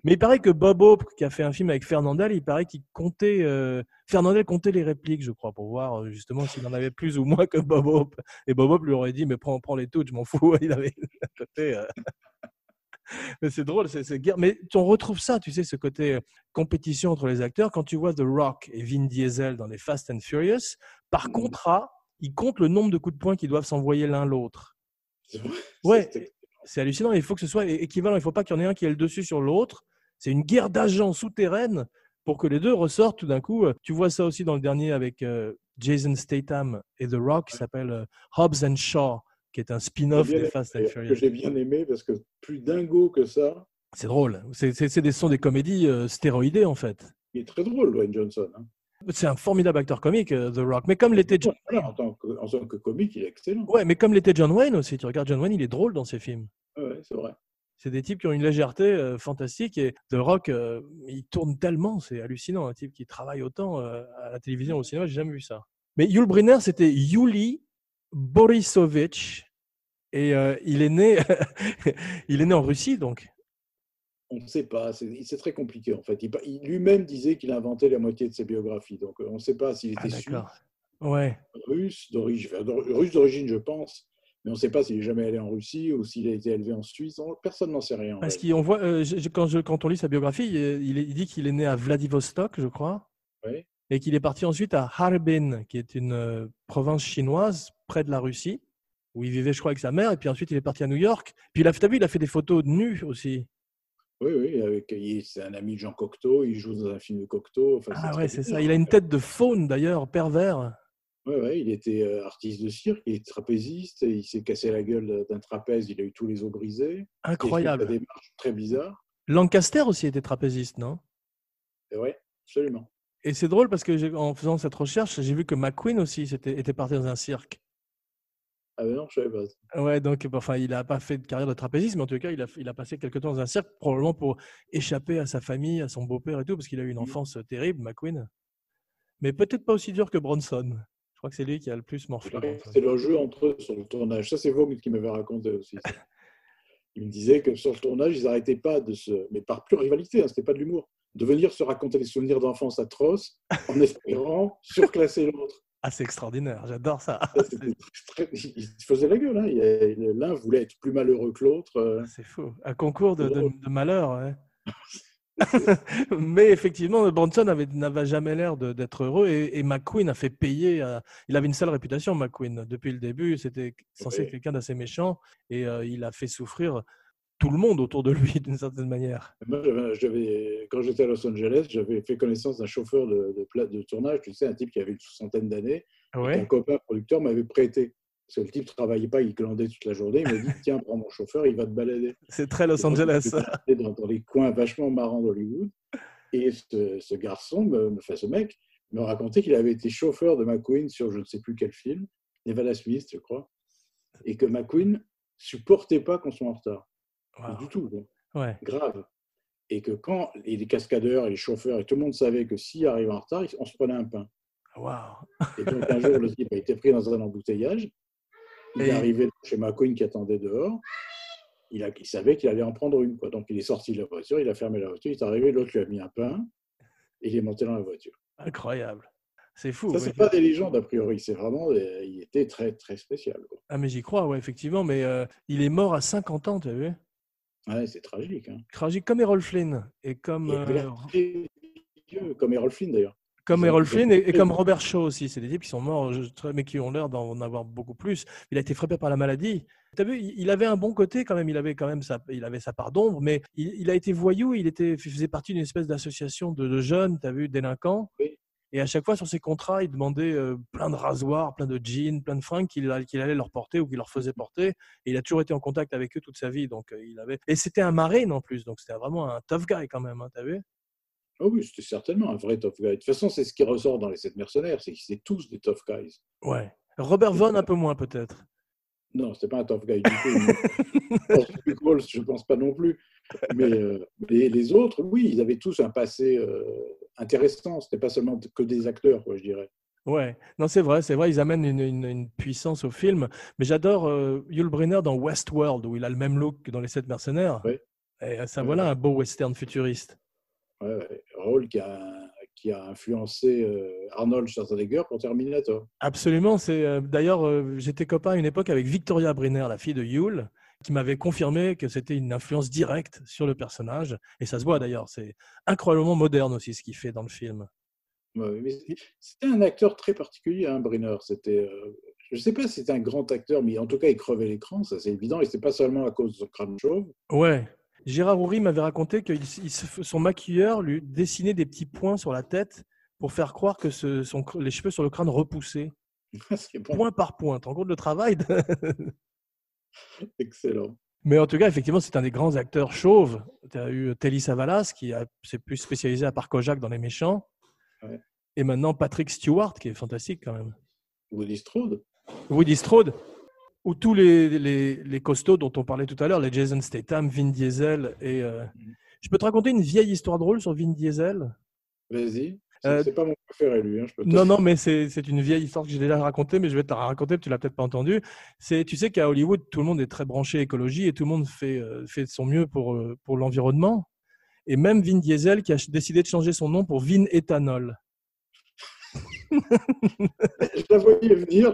Mais il paraît que Bob Hope, qui a fait un film avec Fernandel, il paraît qu'il comptait. euh, Fernandel comptait les répliques, je crois, pour voir euh, justement s'il en avait plus ou moins que Bob Hope. Et Bob Hope lui aurait dit Mais prends, prends les toutes, je m'en fous. *laughs* Il avait le côté. euh, *laughs* Mais c'est drôle, c'est c'est guerre. Mais on retrouve ça, tu sais, ce côté euh, compétition entre les acteurs. Quand tu vois The Rock et Vin Diesel dans les Fast and Furious, par contrat, ils comptent le nombre de coups de poing qu'ils doivent s'envoyer l'un l'autre. C'est vrai. Ouais. C'était- C'est hallucinant. Il faut que ce soit é- équivalent. Il ne faut pas qu'il y en ait un qui ait le dessus sur l'autre. C'est une guerre d'agents souterraine pour que les deux ressortent tout d'un coup. Euh, Tu vois ça aussi dans le dernier avec euh, Jason Statham et The Rock qui s'appelle euh, Hobbs and Shaw, qui est un spin-off J'ai bien des Fast and aimé, que Furious. j'ai bien aimé parce que plus dingo que ça, C'est drôle. hein. C'est c'est- c'est des sons des comédies euh, stéroïdées en fait. il est très drôle, Dwayne Johnson. hein. C'est un formidable acteur comique, euh, The Rock. Mais comme l'était John... Voilà, en, tant que, en tant que comique, il est excellent. ouais, mais comme l'était John Wayne aussi. Tu regardes John Wayne, il est drôle dans ses films. Ouais, c'est vrai. C'est des types qui ont une légèreté euh, fantastique et The Rock, euh, il tourne tellement, c'est hallucinant. Un type qui travaille autant euh, à la Mmh. télévision, au cinéma, j'ai jamais vu ça. Mais Yul Brynner, c'était Yuli Borisovitch et euh, il est né, *laughs* il est né en Russie donc. On ne sait pas, c'est c'est très compliqué en fait. Il pa- il lui-même disait qu'il a inventé la moitié de ses biographies, donc euh, on ne sait pas s'il Ah, était sûr. Ouais, russe d'origine, enfin, d'or- russe d'origine, je pense, mais on ne sait pas s'il est jamais allé en Russie ou s'il a été élevé en Suisse. On- personne n'en sait rien. en parce réalité. qu'on voit euh, je- je- quand, je- quand on lit sa biographie, il, est- il est- il dit qu'il est né à Vladivostok, je crois, Ouais. et qu'il est parti ensuite à Harbin, qui est une euh, province chinoise près de la Russie, où il vivait, je crois, avec sa mère. Et puis ensuite, il est parti à New York. Puis là, t'as vu, il a fait des photos nues aussi. Oui, oui, avec, il- c'est un ami de Jean Cocteau, il joue dans un film de Cocteau. enfin, Ah très ouais, c'est ça. bizarre. Il a une tête de faune d'ailleurs, pervers. Ouais, ouais, il était euh, artiste de cirque, il est trapéziste, et il s'est cassé la gueule d'un trapèze, il a eu tous les os brisés. Il a fait Incroyable. Des démarche très bizarre. Lancaster aussi était trapéziste, non Oui, absolument. Et c'est drôle parce que j'ai- en faisant cette recherche, j'ai vu que McQueen aussi c'était- était parti dans un cirque. Ah ben non, je savais pas. Ouais, donc bah, enfin, il n'a pas fait de carrière de trapéziste, mais en tout cas, il a, il a passé quelques temps dans un cirque, probablement pour échapper à sa famille, à son beau-père et tout, parce qu'il a eu une enfance terrible, McQueen. Mais peut-être pas aussi dur que Bronson. Je crois que c'est lui qui a le plus morflé. Bronson. C'est leur jeu entre eux sur le tournage. Ça, c'est Vaughn qui m'avait raconté aussi. ça. Il me disait que sur le tournage, ils n'arrêtaient pas de se. Mais par pure rivalité, hein, c'était pas de l'humour. De venir se raconter des souvenirs d'enfance atroces en espérant surclasser l'autre. Ah, c'est extraordinaire, j'adore ça. Ça, c'était très- Ils se faisaient la gueule. hein. Il y a- L'un voulait être plus malheureux que l'autre. euh, Ah, C'est fou. Un concours de, de- Drôle. de malheur. *laughs* ouais. Mais effectivement, Bronson avait- n'avait jamais l'air de- d'être heureux et, et McQueen a fait payer. à- il avait une sale réputation, McQueen. Depuis le début, c'était censé Ouais. être quelqu'un d'assez méchant et euh, il a fait souffrir tout le monde autour de lui *laughs* d'une certaine manière. Moi, j'avais- j'avais- quand j'étais à Los Angeles, j'avais fait connaissance d'un chauffeur de, de, pla- de tournage, tu sais, un type qui avait une soixantaine d'années. Un copain producteur m'avait prêté. Parce que le type ne travaillait pas, il glandait toute la journée. Il m'a dit Tiens, prends mon chauffeur, il va te balader. C'est très *laughs* Los *laughs* Angeles. J'étais dans, dans les coins vachement marrants d'Hollywood. Et ce, ce garçon, me, me- enfin ce mec, me racontait qu'il avait été chauffeur de McQueen sur je ne sais plus quel film, Nevada Smith, je crois. Et que McQueen supportait pas qu'on soit en retard. Mais Wow. Du tout. quoi Ouais. grave. Et que quand et les cascadeurs et les chauffeurs et tout le monde savait que s'il arrivait en retard, on se prenait un pain. Wow. Et donc un jour, le type a été pris dans un embouteillage. Il Et- est arrivé chez McQueen qui attendait dehors. Il, a, il savait qu'il allait en prendre une. Quoi. Donc il est sorti de la voiture, il a fermé la voiture, il est arrivé, l'autre lui a mis un pain. Et il est monté dans la voiture. Incroyable. C'est fou. Ça, ouais. c'est pas des légendes a priori, c'est vraiment. des- Il était très, très spécial. quoi. Ah, mais j'y crois, ouais, effectivement. Mais euh, il est mort à 50 ans, tu as vu Ouais, c'est tragique. Hein. Tragique comme Errol Flynn et comme. Il avait euh, l'air très vieux, comme Errol Flynn d'ailleurs. Comme Ils ont- Errol ils ont Flynn et, et coupé. comme Robert Shaw aussi. C'est des types qui sont morts, je- très- mais qui ont l'air d'en avoir beaucoup plus. Il a été frappé par la maladie. T'as vu, il il avait un bon côté quand même. Il avait quand même sa, il avait sa part d'ombre, mais il, il a été voyou. Il était, il faisait partie d'une espèce d'association de, de jeunes, t'as vu, délinquants. Oui. Et à chaque fois, sur ses contrats, il demandait euh, plein de rasoirs, plein de jeans, plein de fringues qu'il a- qu'il allait leur porter ou qu'il leur faisait porter. Et il a toujours été en contact avec eux toute sa vie. Donc, euh, il avait... Et c'était un marine en plus. Donc, c'était vraiment un tough guy quand même. hein, t'as vu Ah oui, c'était certainement un vrai tough guy. De toute façon, c'est ce qui ressort dans les sept mercenaires, c'est que c'est tous des tough guys. Ouais. Robert Vaughn, un peu moins peut-être. Non, c'était pas un tough guy du tout. Orson Welles, je pense pas non plus. Mais euh, les, les autres, oui, ils avaient tous un passé euh, intéressant. C'était pas seulement que des acteurs, quoi, je dirais. Ouais, non, c'est vrai, c'est vrai, ils amènent une, une- une puissance au film. Mais j'adore euh, Yul Brynner dans Westworld, où il a le même look que dans Les Sept Mercenaires. Ouais. Et euh, ça, Ouais. voilà un beau western futuriste. Ouais, ouais. Rôle qui a, qui a influencé euh, Arnold Schwarzenegger pour Terminator. Absolument, c'est euh, d'ailleurs, euh, j'étais copain à une époque avec Victoria Brynner, la fille de Yul, qui m'avait confirmé que c'était une influence directe sur le personnage. Et ça se voit d'ailleurs, c'est incroyablement moderne aussi ce qu'il fait dans le film. Ouais, mais c'est- c'était un acteur très particulier, hein, Brenner. C'était, euh, je sais pas si c'était un grand acteur, mais en tout cas, il crevait l'écran, ça c'est évident. Et c'était pas seulement à cause de son crâne chauve. Ouais. Gérard Houry m'avait raconté que il- il se f- son maquilleur lui dessinait des petits points sur la tête pour faire croire que ce- son cr- les cheveux sur le crâne repoussaient, *laughs* c'est bon. point par point. Tu compte le travail de- *laughs* Excellent. Mais en tout cas, effectivement, c'est un des grands acteurs chauves. Tu as eu Telly Savalas, qui a- s'est plus spécialisé à part Kojak dans Les Méchants. Ouais. Et maintenant, Patrick Stewart, qui est fantastique quand même. Woody Strode. Woody Strode, où tous les, les- les costauds dont on parlait tout à l'heure, les Jason Statham, Vin Diesel et... euh, Je peux te raconter une vieille histoire drôle sur Vin Diesel Vas-y. C'est Euh, c'est pas mon préféré, lui. hein, je peux te- Non, non, mais c'est c'est une vieille histoire que j'ai déjà racontée, mais je vais te la raconter, tu l'as peut-être pas entendue. C'est, tu sais qu'à Hollywood, tout le monde est très branché écologie et tout le monde fait, euh, fait de son mieux pour, euh, pour l'environnement. Et même Vin Diesel qui a ch- décidé de changer son nom pour Vin *laughs* Ethanol. *laughs* Je la voyais venir.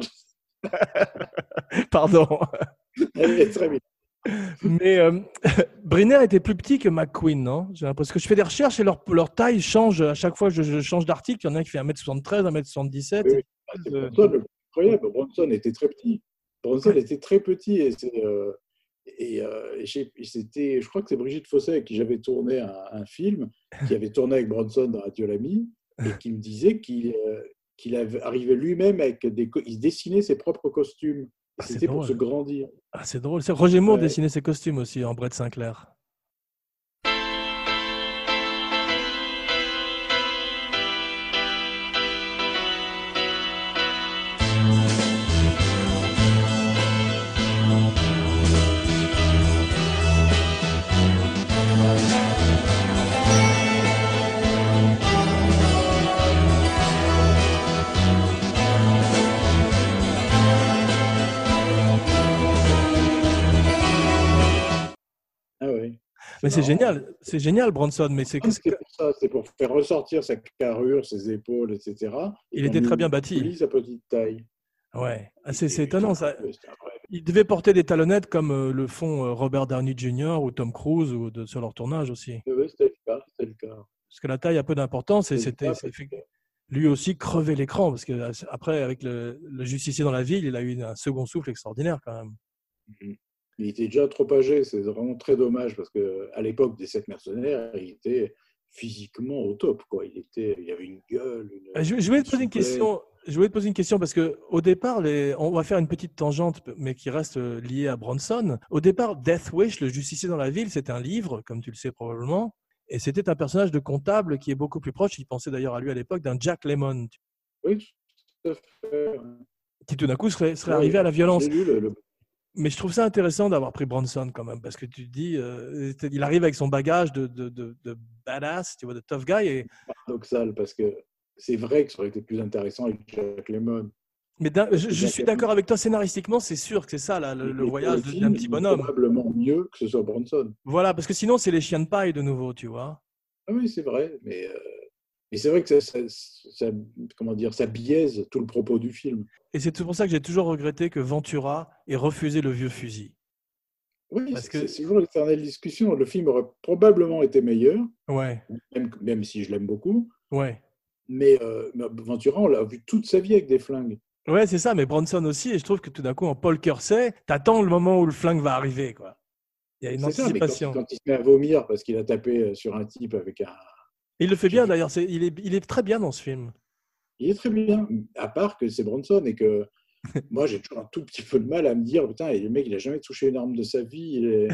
*laughs* Pardon. Elle est très bien. Mais euh, *laughs* Briner était plus petit que McQueen, non J'ai l'impression parce que je fais des recherches et leur, leur taille change. À chaque fois que je, je change d'article, il y en a un qui fait 1m73, 1m77. Oui, oui. Ah, c'est *laughs* Euh, Bronson, le plus incroyable. Bronson était très petit. Bronson était très petit. Et, c'est, euh, et, euh, et j'ai- et c'était, je crois que c'est Brigitte Fosset avec qui j'avais tourné un, un film, qui avait tourné avec Bronson dans Adieu l'ami, et qui me disait qu'il euh, qu'il avait- arrivait lui-même avec des. co- Il dessinait ses propres costumes. Ah, c'est C'était pour drôle. se grandir. Ah, c'est drôle. C'est Roger Moore Ouais. dessinait ses costumes aussi en Brett Sinclair. Lord Mais c'est génial, c'est génial, Bronson. Mais c'est qu'est-ce que- Ah C'est pour ça, c'est pour faire ressortir sa carrure, ses épaules, etc. Et Il était qu'on très bien bâti. oublie sa petite taille. ouais, Ah, c'est c'est Et- étonnant ça. Ouais, c'est un vrai- Il devait porter des talonnettes comme euh, le font euh, Robert Downey Jr. ou Tom Cruise ou de- sur leur tournage aussi. ouais, C'était le cas, c'était le cas. Parce que la taille a peu d'importance et C'était le c'était cas, c'est fait- parce que- lui aussi crever l'écran parce que euh, après avec le, le justicier dans la ville, il a eu un second souffle extraordinaire quand même. Il était déjà trop âgé, c'est vraiment très dommage parce que à l'époque des sept mercenaires, il était physiquement au top. Quoi. Il, était, il avait une gueule. une- Euh, Je, je voulais te poser une souplesse. question. Je voulais te poser une question parce que au départ, les- on va faire une petite tangente, mais qui reste euh, liée à Bronson. Au départ, Death Wish, le justicier dans la ville, c'est un livre, comme tu le sais probablement, et c'était un personnage de comptable qui est beaucoup plus proche. Il pensait d'ailleurs à lui à l'époque d'un Jack Lemmon, Oui, tout à fait. qui tout d'un coup serait, serait Ouais, arrivé à la violence. J'ai lu le- le- Mais je trouve ça intéressant d'avoir pris Bronson quand même, parce que tu te dis, euh, c'est- il arrive avec son bagage de, de- de- de badass, tu vois, de tough guy, et paradoxal parce que c'est vrai que ça aurait été plus intéressant avec Jack Lemmon. Mais d'un- je, je suis Exactement. d'accord avec toi scénaristiquement, c'est sûr que c'est ça là, le, Mais le pour voyage de- film, d'un petit il est bonhomme. Probablement mieux que ce soit Bronson. Voilà, parce que sinon c'est les chiens de paille de nouveau, tu vois. Ah oui, c'est vrai, mais, euh, mais c'est vrai que ça, ça- ça- comment dire, ça biaise tout le propos du film. Et c'est tout pour ça que j'ai toujours regretté que Ventura ait refusé le vieux fusil. Oui, Parce c'est que- c'est toujours l'éternelle discussion. Le film aurait probablement été meilleur, Ouais, même, même si je l'aime beaucoup. ouais. Mais euh, mais Ventura, on l'a vu toute sa vie avec des flingues. Ouais, c'est ça, mais Bronson aussi, et je trouve que tout d'un coup, en Paul Kersey, t'attends le moment où le flingue va arriver, quoi. Il y a une C'est ça, mais quand, anticipation. quand il se met à vomir parce qu'il a tapé euh, sur un type avec un. Et il le fait bien d'ailleurs, c'est- il est, il est très bien dans ce film. Il est très bien, à part que c'est Bronson *laughs* et que moi j'ai toujours un tout petit peu de mal à me dire putain, et le mec il a jamais touché une arme de sa vie, il, *laughs* est...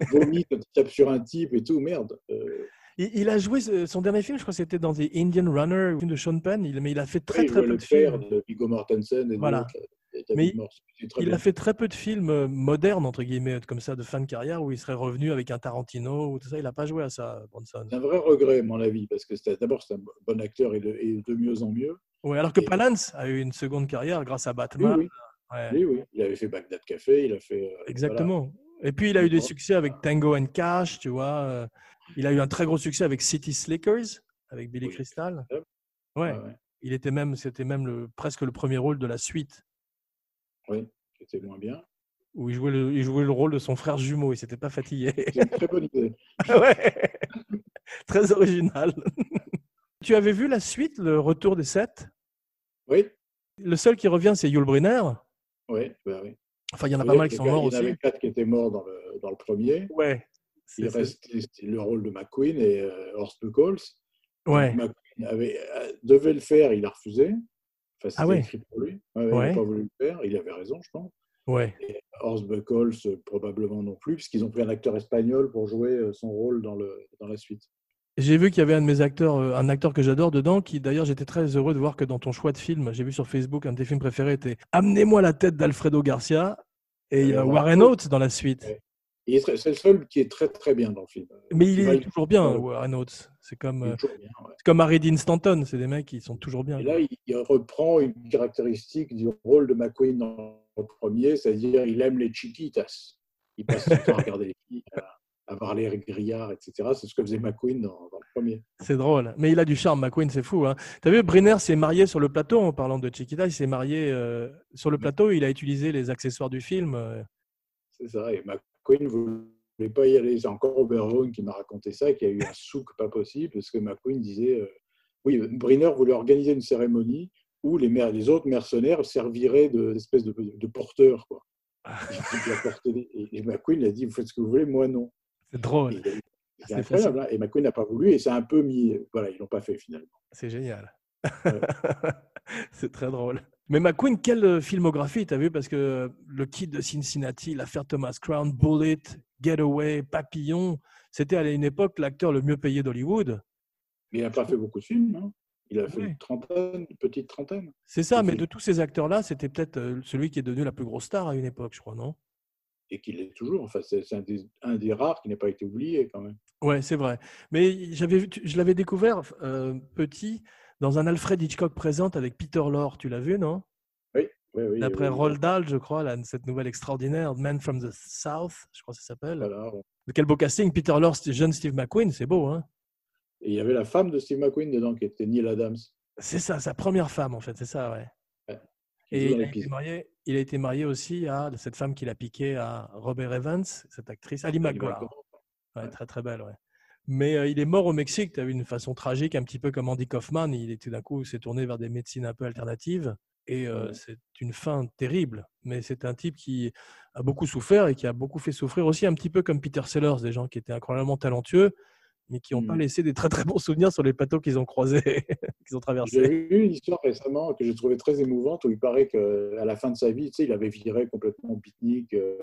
il vomit quand il tape sur un type et tout, merde. Euh, Il, il a joué euh, son dernier film, je crois que c'était dans The Indian Runner, le film de Sean Penn, il- mais il a fait très il très jouait peu le de films. père de Viggo Mortensen et Voilà. d'autres, et David Mais Morse, c'est très Il bien. a fait très peu de films euh, modernes, entre guillemets, comme ça, de fin de carrière, où il serait revenu avec un Tarantino ou tout ça. Il n'a pas joué à ça, Bronson. C'est un vrai regret, à mon avis, parce que c'est- d'abord c'est un bon acteur et de, et de mieux en mieux. Ouais, alors que Et- Palance a eu une seconde carrière grâce à Oui, Batman. oui, Ouais, oui, oui. Il avait fait Bagdad Café, il a fait. euh, exactement. Et puis, il a eu des D'accord. succès avec Tango and Cash, tu vois. euh, Il a eu un très gros succès avec City Slickers, avec Billy Oui. Crystal. Yep. Ouais, voilà. Ah Ouais, ouais. il était même, c'était même le, presque le premier rôle de la suite, C'était moins bien. où il jouait le, il jouait le rôle de son frère jumeau. Il s'était pas *laughs* fatigué. C'est une très bonne idée. Ouais. *laughs* Très original. *laughs* tu avais vu la suite, le retour des sept Oui, Le seul qui revient, c'est Yul Brynner. oui, bah oui. Enfin, il y en a Faut pas dire mal que qui sont les gars, morts Il y en avait aussi. quatre qui étaient morts dans le, dans le premier. Ouais. Il C'est- c'est- restait le rôle de McQueen et euh, Horst Buchholz. Ouais. McQueen avait, euh, devait le faire, il a refusé. Enfin, c'était Ah ouais. écrit pour lui. Ouais, ouais, Il Ouais. n'a pas voulu le faire, il avait raison, je pense. Ouais. Horst Buchholz, euh, probablement non plus, puisqu'ils ont pris un acteur espagnol pour jouer euh, son rôle dans, le, dans la suite. J'ai vu qu'il y avait un de mes acteurs, euh, un acteur que j'adore dedans, qui d'ailleurs j'étais très heureux de voir que dans ton choix de film, j'ai vu sur Facebook, un de tes films préférés était Amenez-moi la tête d'Alfredo Garcia et il y a Euh, Warren Warren Oates dans la suite. Ouais. Il est très- C'est le seul qui est très très bien dans le film. Mais il Ouais, est il- toujours bien, ouais. Warren Oates. C'est Il comme, est euh, toujours bien, ouais. c'est comme Harry Dean Stanton, c'est des mecs qui sont toujours bien. Et là, il- il reprend une caractéristique du rôle de McQueen dans le premier, c'est-à-dire il aime les chiquitas. Il passe son temps à regarder les filles, à, à parler grillard, etc. C'est ce que faisait McQueen dans, dans le premier. C'est drôle. Mais il a du charme, McQueen, c'est fou. Hein. T'as vu, Brenner s'est marié sur le plateau, en parlant de Chiquita, il s'est marié euh, sur le plateau, il a utilisé les accessoires du film. euh. C'est ça. Et McQueen ne voulait pas y aller. C'est encore Robert Vaughn qui m'a raconté ça, qui a eu un souk pas possible, parce que McQueen disait euh, Oui, Briner voulait organiser une cérémonie où les, mer- les autres mercenaires serviraient de- d'espèces de, de porteurs. Quoi. Ah. Il a porté les- Et, et McQueen a dit Vous faites ce que vous voulez, moi non. C'est drôle, Et- C'est Ah, C'est incroyable. hein. Et McQueen n'a pas voulu et ça a un peu mis. Voilà, ils l'ont pas fait finalement. c'est génial. Ouais. *laughs* c'est très drôle. Mais McQueen, quelle euh, filmographie, t'as vu Parce que euh, le kid de Cincinnati, l'affaire Thomas Crown, Bullet, Getaway, Papillon, c'était à une époque l'acteur le mieux payé d'Hollywood. Mais il n'a pas fait beaucoup de films. hein. Il a fait Ouais. une trentaine, une petite trentaine. C'est ça, Ok. mais de tous ces acteurs-là, c'était peut-être euh, celui qui est devenu la plus grosse star à une époque, je crois, non Et qu'il est toujours. Enfin, c'est c'est un, des- un des rares qui n'a pas été oublié quand même. Ouais, c'est vrai. Mais j'avais, vu- tu- je l'avais découvert euh, petit dans un Alfred Hitchcock présente avec Peter Lorre. Tu l'as vu, non Oui, oui, D'après oui. Roald Dahl, je crois, là, cette nouvelle extraordinaire, Man from the South, je crois que ça s'appelle. Voilà, Quel beau casting. Peter Lorre, c'était jeune Steve McQueen, c'est beau. Hein Et il y avait la femme de Steve McQueen dedans, qui était Neil Adams. c'est ça, sa première femme, en fait. C'est ça, ouais. Ouais. Et il Toujours a, été l'épisode. marié, il a été marié aussi à cette femme qu'il a piqué à Robert Evans, cette actrice, Ali McGuire. Ouais, Ouais. Très très belle, ouais. Mais euh, il est mort au Mexique, tu as vu, d'une façon tragique, un petit peu comme Andy Kaufman. Il est tout d'un coup s'est tourné vers des médecines un peu alternatives. Et euh, Ouais. c'est une fin terrible. Mais c'est un type qui a beaucoup souffert et qui a beaucoup fait souffrir aussi, un petit peu comme Peter Sellers, des gens qui étaient incroyablement talentueux, mais qui n'ont pas Mhm. laissé des très très bons souvenirs sur les plateaux qu'ils ont croisés, *laughs* qu'ils ont J'ai traversés. eu une histoire récemment que j'ai trouvée très émouvante où il paraît qu'à la fin de sa vie, tu sais, il avait viré complètement beatnik, euh,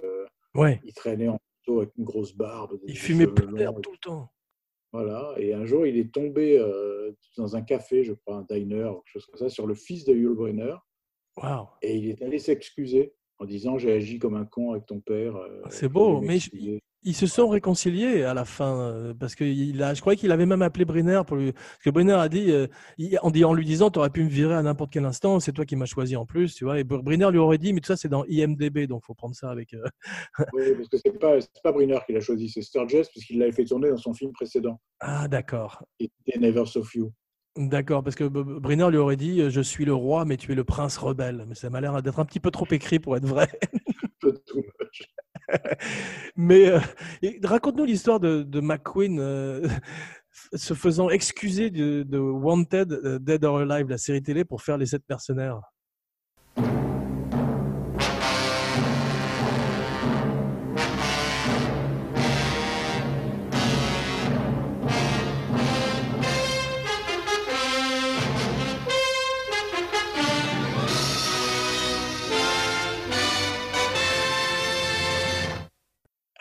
Ouais, il traînait en moto avec une grosse barbe. des il fumait cheveux plein longs, d'herbe tout le temps. Voilà. Et un jour, il est tombé euh, dans un café, je crois, un diner ou quelque chose comme ça, sur le fils de Yul Brynner. Waouh, Et il est allé s'excuser en disant J'ai agi comme un con avec ton père. euh, Ah, c'est je beau. voulais Mais je- m'excuser. Ils se sont réconciliés à la fin euh, parce que il a, je croyais qu'il avait même appelé Brenner pour lui. Parce que Brenner a dit euh, il- en, dit- en lui disant t'aurais pu me virer à n'importe quel instant, c'est toi qui m'as choisi en plus, tu vois. Et Br- Brenner lui aurait dit mais tout ça c'est dans IMDb donc faut prendre ça avec. euh, *laughs* Oui, parce que c'est pas, c'est pas Brynner qui l'a choisi, c'est Sturges, puisqu'il l'avait fait tourner dans son film précédent, Ah d'accord, qui était Never So Few. d'accord parce que B- B- Brenner lui aurait dit euh, je suis le roi mais tu es le prince rebelle. Mais ça m'a l'air d'être un petit peu trop écrit pour être vrai. *laughs* Peu de tout. Mais euh, et raconte-nous l'histoire de, de McQueen euh, *laughs* se faisant excuser de, de Wanted, euh, Dead or Alive, la série télé, pour faire les sept mercenaires.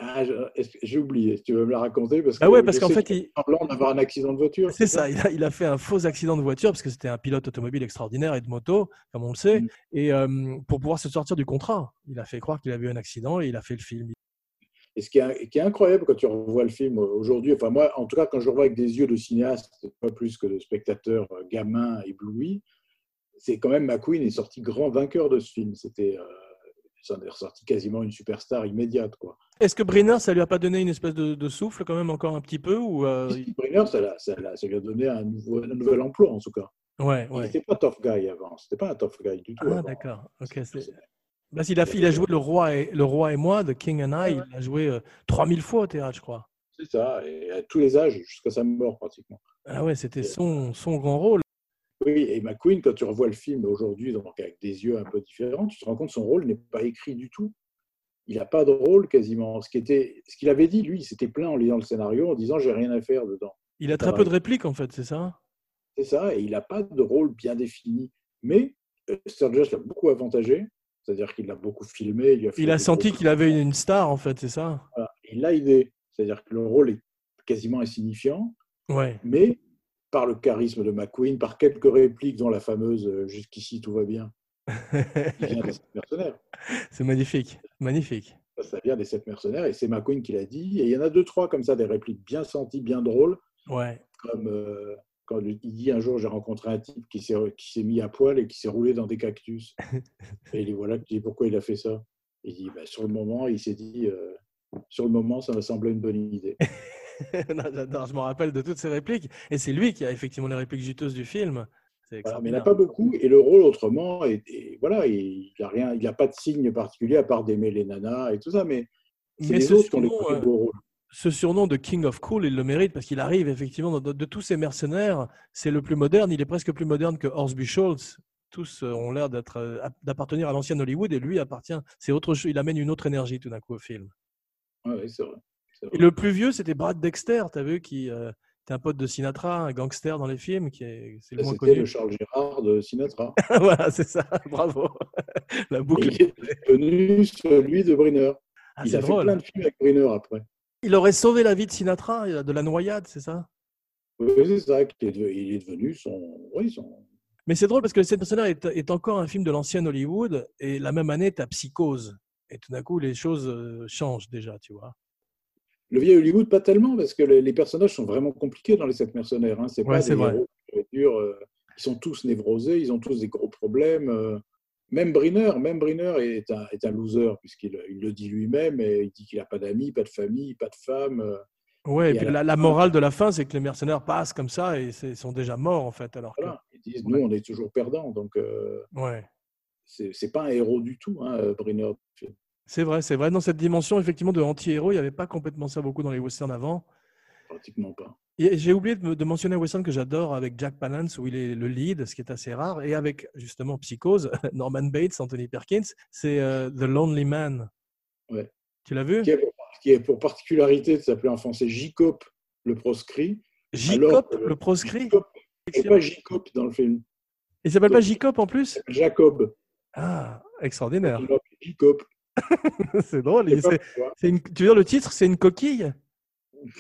Ah, je- est-ce que- j'ai oublié, si tu veux me la raconter. Parce Ah que ouais, je parce qu'en sais fait, qu'il il- *laughs* fait semblant d'avoir un accident de voiture. C'est ça, il a, il a fait un faux accident de voiture parce que c'était un pilote automobile extraordinaire et de moto, comme on le sait. Mm. Et euh, pour pouvoir se sortir du contrat, il a fait croire qu'il avait eu un accident et il a fait le film. Et ce qui est, qui est incroyable quand tu revois le film aujourd'hui, enfin moi, en tout cas, quand je le revois avec des yeux de cinéaste, pas plus que de spectateur euh, gamin ébloui, c'est quand même McQueen est sorti grand vainqueur de ce film. C'était, euh, ça en est ressorti quasiment une superstar immédiate, quoi. Est-ce que Brenner, ça lui a pas donné une espèce de, de souffle quand même encore un petit peu ou euh, Steve Brenner, ça, l'a- ça, l'a- ça lui a donné un, nouveau- un nouvel emploi, en tout cas. Ouais, Il ouais. n'était pas tough guy avant. C'était pas un tough guy du tout. Ah avant. d'accord. Ok. C'est- c'est- c'est- Parce qu'il a, il a joué le roi et le roi et moi, The King and I. Il l'a joué euh, 3000 fois au théâtre, je crois. C'est ça. Et à tous les âges, jusqu'à sa mort, pratiquement. Ah ouais, c'était son, son grand rôle. Oui, et McQueen, quand tu revois le film aujourd'hui, donc avec des yeux un peu différents, tu te rends compte que son rôle n'est pas écrit du tout. Il n'a pas de rôle quasiment. Ce qui était, ce qu'il avait dit, lui, il s'était plaint en lisant le scénario en disant j'ai rien à faire dedans. Il a Ça très va. peu de répliques en fait, c'est ça C'est ça, et il n'a pas de rôle bien défini. Mais euh, Sturges l'a beaucoup avantagé, c'est-à-dire qu'il l'a beaucoup filmé. Il, lui fait Il a des senti gros- qu'il avait une star en fait, c'est ça Voilà. Il l'a aidé, c'est-à-dire que le rôle est quasiment insignifiant. Ouais. mais par le charisme de McQueen, par quelques répliques, dont la fameuse euh, Jusqu'ici tout va bien, qui vient des sept mercenaires. C'est magnifique, magnifique. Ça, Ça vient des sept mercenaires, et c'est McQueen qui l'a dit. Et il y en a deux, trois comme ça, des répliques bien senties, bien drôles, Ouais. comme euh, quand il dit un jour j'ai rencontré un type qui s'est qui s'est mis à poil et qui s'est roulé dans des cactus. et il dit voilà, tu dis pourquoi il a fait ça Il dit Bah, sur le moment, il s'est dit. euh, sur le moment, ça m'a semblé une bonne idée. *laughs* Non, J'adore, je me rappelle de toutes ces répliques. Et c'est lui qui a effectivement les répliques juteuses du film. C'est Voilà, mais il extraordinaire. n'a pas beaucoup, et le rôle autrement, et, et voilà, il n'a rien, il n'a pas de signe particulier à part d'aimer les nanas et tout ça, mais c'est Mais les ce autres qui ont les surnom, plus euh, beaux rôles. ce surnom de King of Cool, il le mérite parce qu'il arrive effectivement dans- de, de tous ces mercenaires, c'est le plus moderne. Il est presque plus moderne que Horsby Schultz. Tous euh, ont l'air d'être euh, app- d'appartenir à l'ancien Hollywood et lui appartient. C'est autre chose. Il amène une autre énergie tout d'un coup au film. Ouais, ouais, c'est vrai. c'est vrai. Et le plus vieux, c'était Brad Dexter. T'as vu qui euh, était un pote de Sinatra, un gangster dans les films, qui est c'est le Ça, moins Eh, C'était connu. le Charles Gérard *laughs* de Sinatra. voilà, c'est ça. Bravo. La boucle. il est devenu celui de Briner. Ah, il c'est a fait drôle. plein de films avec Briner après. Il aurait sauvé la vie de Sinatra euh, de la noyade, c'est ça Oui, c'est ça, qu'il est de- il est devenu son. Oui, son. Mais c'est drôle parce que cette personne-là est, est encore un film de l'ancien Hollywood et la même année, t'as Psychose. Et tout d'un coup, les choses euh, changent déjà, tu vois. Le vieil Hollywood, pas tellement, parce que les, les personnages sont vraiment compliqués dans les sept mercenaires. Hein. C'est Ouais, pas c'est des vrai. héros purs et durs, euh, ils sont tous névrosés, ils ont tous des gros problèmes. euh, Même Briner, même Briner est un, est un loser, puisqu'il il le dit lui-même, et il dit qu'il n'a pas d'amis, pas de famille, pas de femme. euh, Ouais, et Et puis à la la, la morale de la fin, c'est que les mercenaires passent comme ça et c'est- sont déjà morts en fait. Alors que, Voilà. Ils disent, nous, on est toujours perdants. Donc, euh, ouais, c'est c'est pas un héros du tout, hein, Briner. c'est vrai, c'est vrai. Dans cette dimension effectivement de anti-héros, il n'y avait pas complètement ça beaucoup dans les westerns avant. Pratiquement pas. Et j'ai oublié de, me- de mentionner un western que j'adore avec Jack Palance où il est le lead, ce qui est assez rare, et avec justement Psychose, *laughs* Norman Bates, Anthony Perkins, c'est euh, The Lonely Man. Ouais. Tu l'as vu Qui est pour, qui est pour particularité de s'appeler en français Jacob le proscrit. Jacob, alors, euh, le proscrit. Jacob, et Excellent. pas Jacob dans le film. Il s'appelle pas Jacob en plus Jacob. Ah, extraordinaire. Il l'appelle Jacob. *laughs* c'est drôle. Je et sais pas c'est- pourquoi. c'est une- Tu veux dire le titre, c'est une coquille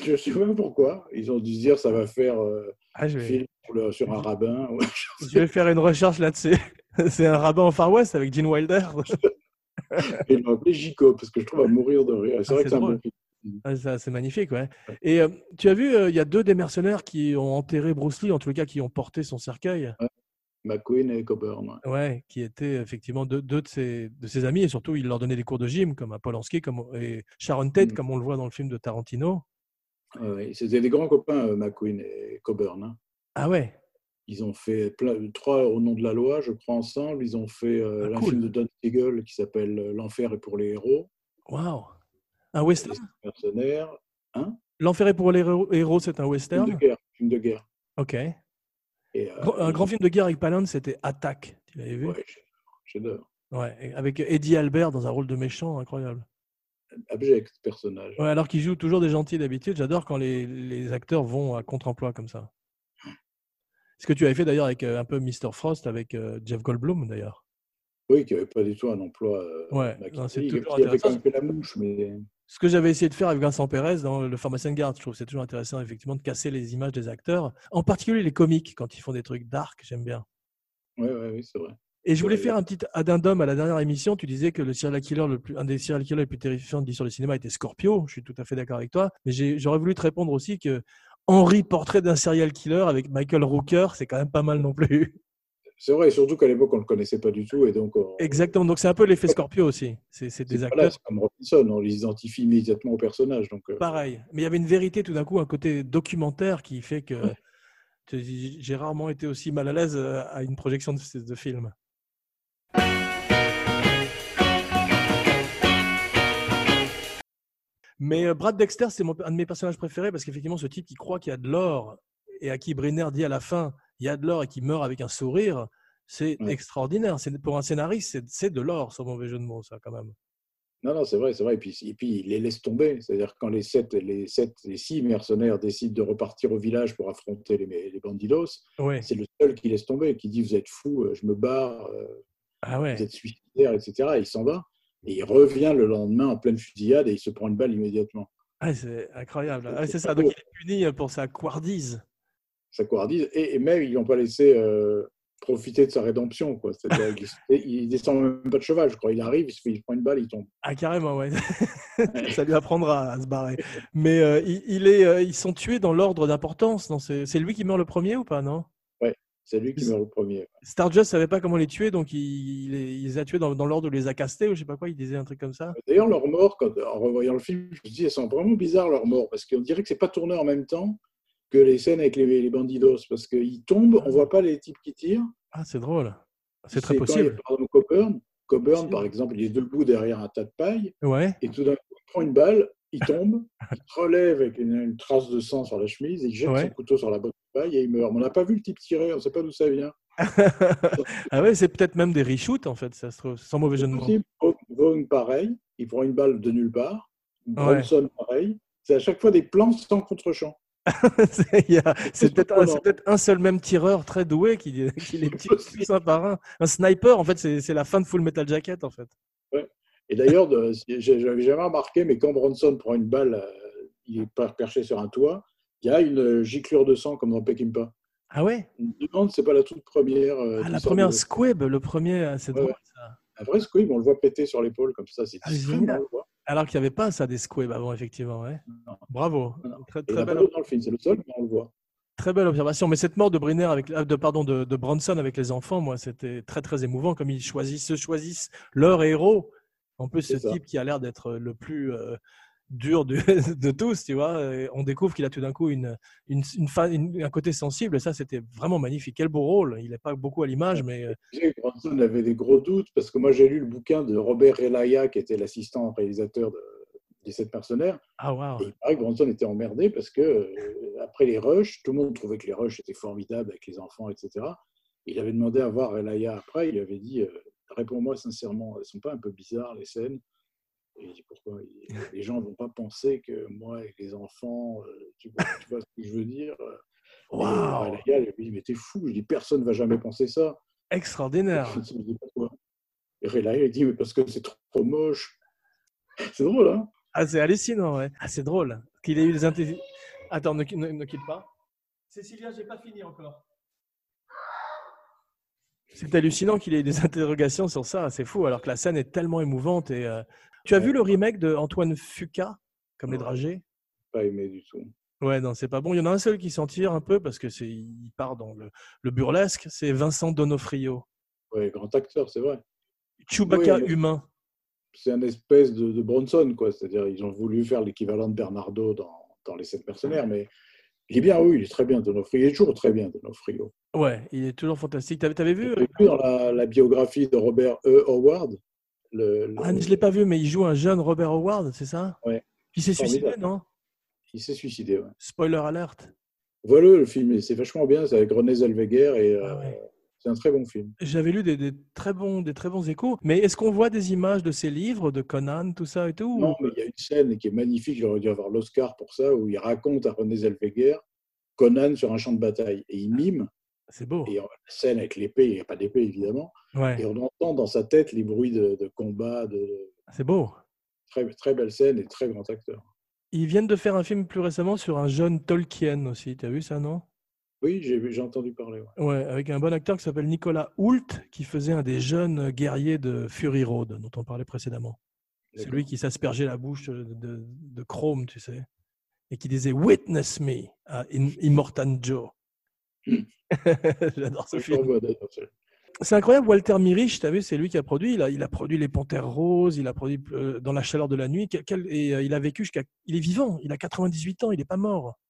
Je ne sais pas pourquoi. Ils ont dû se dire ça va faire euh, Ah, je vais- film sur, le- sur un rabbin. *laughs* Ouais, je Je sais vais faire une recherche là-dessus. *laughs* C'est un rabbin en Far West avec Gene Wilder. pas. Ils l'ont appelé Jacob parce que je trouve à mourir de rire. C'est Ah, vrai c'est que c'est un drôle. bon film. Ah, ça, C'est magnifique, ouais. Et euh, tu as vu, euh, il y a deux des mercenaires qui ont enterré Bruce Lee, en tout cas qui ont porté son cercueil, McQueen et Coburn. ouais. ouais, qui étaient effectivement deux, deux de, ses, de ses amis, et surtout il leur donnait des cours de gym, comme à Polanski comme, et Sharon Tate, Mm. comme on le voit dans le film de Tarantino. Ouais, ouais. C'était des grands copains, euh, McQueen et Coburn. hein. Ah ouais, Ils ont fait plein- trois au nom de la loi, je crois, ensemble. Ils ont fait euh, Ah, un cool. film de Don Siegel qui s'appelle euh, L'enfer est pour les héros, waouh Un western mercenaires, L'enfer est pour les héros- héros, c'est un film de western guerre. Film de guerre. Ok. Et, euh, Gr- Un grand film de guerre avec Palin, c'était Attaque. Tu l'avais vu ouais, chef-d'œuvre. Ouais, et avec Eddie Albert dans un rôle de méchant incroyable. Abject personnage. Ouais, alors qu'ils jouent toujours des gentils d'habitude, j'adore quand les, les acteurs vont à contre-emploi comme ça. Ce que tu avais fait d'ailleurs avec euh, un peu Mr. Frost, avec euh, Jeff Goldblum d'ailleurs. Oui, qui n'avait pas du tout un emploi. euh, Ouais, maquillé. non, c'est Il toujours avait quand intéressant. même fait la mouche, mais Ce que j'avais essayé de faire avec Vincent Pérez dans Le Pharmacien de Garde, je trouve que c'est toujours intéressant effectivement de casser les images des acteurs, en particulier les comiques quand ils font des trucs dark, j'aime bien. ouais, ouais, oui, c'est vrai. Et je voulais Ouais, faire un petit addendum à la dernière émission. Tu disais que le serial killer, le plus, un des serial killers les plus terrifiants de l'histoire du cinéma était Scorpio. Je suis tout à fait d'accord avec toi. Mais j'ai- j'aurais voulu te répondre aussi que Henri, portrait d'un serial killer avec Michael Rooker, c'est quand même pas mal non plus. *laughs* C'est vrai, et surtout qu'à l'époque, on ne le connaissait pas du tout. Et donc, on- Exactement. Donc c'est un peu l'effet Scorpio aussi. C'est c'est des C'est pas là, acteurs. c'est comme Robinson, on les identifie immédiatement au personnage. Donc, euh, Pareil. Mais il y avait une vérité tout d'un coup, un côté documentaire qui fait que tu- j'ai rarement été aussi mal à l'aise euh, à une projection de, de film. Mais euh, Brad Dexter, c'est mon- un de mes personnages préférés parce qu'effectivement, ce type qui croit qu'il y a de l'or et à qui Brenner dit à la fin il y a de l'or et qui meurt avec un sourire, c'est Ouais. extraordinaire. C'est- Pour un scénariste, c'est- c'est de l'or, sans mauvais jeu de mots, ça quand même. Non, non, c'est vrai, c'est vrai. Et puis, et puis, il les laisse tomber. C'est-à-dire quand les sept, les sept, les six mercenaires décident de repartir au village pour affronter les, les bandidos, Oui. c'est le seul qui laisse tomber, qui dit vous êtes fous, euh, je me barre, euh, Ah ouais. vous êtes suicidaire, etc. Et il s'en va. Et il revient le lendemain en pleine fusillade et il se prend une balle immédiatement. Ah, c'est incroyable. C'est- Ah, c'est c'est pas ça. Donc, beau. il est puni euh, pour sa couardise. Ça coordise. Et, et même ils l'ont pas laissé euh, profiter de sa rédemption. Quoi. C'est-à-dire qu'il- il descend même pas de cheval, je crois. Il arrive, il, se fait- il prend une balle, il tombe. Ah, carrément, ouais. ça lui apprendra à se barrer. Mais euh, il, il est, euh, ils sont tués dans l'ordre d'importance. non C'est c'est lui qui meurt le premier ou pas, non C'est lui qui meurt le premier. Stargest savait pas comment les tuer, donc il, il les- il les a tués dans, dans l'ordre où il les a castés, ou je sais pas quoi, il disait un truc comme ça. D'ailleurs, leur mort, quand, en revoyant le film, je me dis, elles sont vraiment bizarres, leur mort, parce qu'on dirait que c'est pas tourné en même temps que les scènes avec les, les bandidos, parce qu'ils tombent, on voit pas les types qui tirent. Ah, c'est drôle. C'est très quand il y a, possible. par exemple, Coburn, Coburn, Possible. par exemple, il est debout derrière un tas de paille, *laughs* Ouais. et tout d'un coup, il prend une balle, il *laughs* tombe, il se relève avec une, une trace de sang sur la chemise, il jette Ouais. son couteau sur la botte de paille et il meurt. Mais on n'a pas vu le type tirer, on ne sait pas d'où ça vient. ah ouais, c'est peut-être même des reshoots, en fait, ça se trouve, sans mauvais jeu de mots. possible. Vaughan- Vaughan, pareil, il prend une balle de nulle part. Bronson, pareil. C'est à chaque fois des plans sans contre-champ. *laughs* C'est *laughs* il y a- c'est peut-être un, surprenant. c'est peut-être un seul même tireur très doué qui, qui les tire possible. tous un par un. Un sniper, en fait, c'est c'est la fin de Full Metal Jacket, en fait. Et d'ailleurs, de- j'ai- j'avais jamais remarqué, mais quand Bronson prend une balle, euh, il est per- perché sur un toit, il y a une euh, giclure de sang comme dans Peckinpah. Ah ouais Je me demande, c'est pas la toute première. euh, Ah, qui La sort première de- squib, le premier, euh, c'est Ouais, drôle. ouais. ça. Un vrai squib, on le voit péter sur l'épaule comme ça, c'est Ah, discret, génial. on le voit. Alors qu'il n'y avait pas ça des squibs avant, effectivement. Ouais. Non. Bravo. Non, non. Très, Et très Il n'y en a pas belle- d'autre dans le film, c'est le seul, mais on le voit. Très belle observation. Mais cette mort de Briner avec, ah, de, pardon, de, de Bronson avec les enfants, moi, c'était très, très émouvant. Comme ils choisissent, se choisissent leur héros. En plus, ce C'est ça. type qui a l'air d'être le plus euh, dur de, *laughs* de tous, tu vois. euh, Et on découvre qu'il a tout d'un coup une, une, une fa- une- un côté sensible. Et ça, c'était vraiment magnifique. Quel beau rôle. Il n'est pas beaucoup à l'image, mais euh, Tu sais, Bronson avait des gros doutes parce que moi j'ai lu le bouquin de Robert Relaya qui était l'assistant réalisateur de, des sept mercenaires ah waouh. et il paraît que Bronson était emmerdé parce que euh, après les rushs tout le monde trouvait que les rushs étaient formidables avec les enfants etc il avait demandé à voir Relaya après il lui avait dit euh, réponds-moi sincèrement elles sont pas un peu bizarres les scènes et il dit pourquoi Il- les gens vont pas penser que moi et les enfants euh, tu vois, tu vois ce que je veux dire euh. Et Waouh. Relaya lui a dit mais t'es fou je dis personne va jamais penser ça Extraordinaire. je ne sais pas pourquoi. Et Rayla, il dit, mais parce que c'est trop moche. C'est drôle, hein Ah, c'est hallucinant, ouais. Ah, c'est drôle. Qu'il ait eu des intelligences. Attends, ne, ne- ne quitte pas. Cécilia, j'ai pas fini encore. C'est hallucinant qu'il ait eu des interrogations sur ça. C'est fou, alors que la scène est tellement émouvante. Et, euh, Tu as vu le remake de Antoine Fuca, comme les Non. dragées Pas aimé du tout. Ouais, non, c'est pas bon. Il y en a un seul qui s'en tire un peu parce que c'est, il part dans le, le burlesque. C'est Vincent Donofrio. Ouais, grand acteur, c'est vrai. Chewbacca Oui, mais- humain. C'est un espèce de, de Bronson, quoi. C'est-à-dire, ils ont voulu faire l'équivalent de Bernardo dans, dans Les Sept Mercenaires, mais il est bien, oui, il est très bien, Donofrio. Il est toujours très bien, Donofrio. Ouais, il est toujours fantastique. T'avais, t'avais vu Vous euh, avez vu dans la, la biographie de Robert E. Howard le, le- Ah, je ne l'ai pas vu, mais il joue un jeune Robert Howard, c'est ça Ouais. Qui s'est Formidable. suicidé, non Il s'est suicidé, ouais. Spoiler alerte. Voilà le film, et c'est vachement bien, c'est avec René Zellweger, et Ah euh, ouais. c'est un très bon film. J'avais lu des, des très bons, des très bons échos. Mais est-ce qu'on voit des images de ses livres, de Conan, tout ça et tout Non, mais il y a une scène qui est magnifique, j'aurais dû avoir l'Oscar pour ça, où il raconte à René Zellweger Conan sur un champ de bataille. Et il mime, C'est beau. et en- la scène avec l'épée, il n'y a pas d'épée évidemment, et Ouais, on entend dans sa tête les bruits de, de combat, de c'est beau. très, très belle scène et très grand acteur. Ils viennent de faire un film plus récemment sur un jeune Tolkien aussi. T'as vu ça, non Oui, j'ai vu- j'ai entendu parler. ouais. Ouais, avec un bon acteur qui s'appelle Nicolas Hoult, qui faisait un des jeunes guerriers de Fury Road, dont on parlait précédemment. D'accord. Celui qui s'aspergeait la bouche de, de- de chrome, tu sais, et qui disait Witness me à In- Immortan Joe. *laughs* J'adore ce Je film. revois d'ailleurs ça. C'est incroyable, Walter Mirich, tu as vu, c'est lui qui a produit. Il a, il a produit Les Panthères Roses, il a produit euh, Dans la chaleur de la nuit, quel- quel- et euh, il a vécu jusqu'à. Il est vivant, il a 98 ans, il n'est pas mort.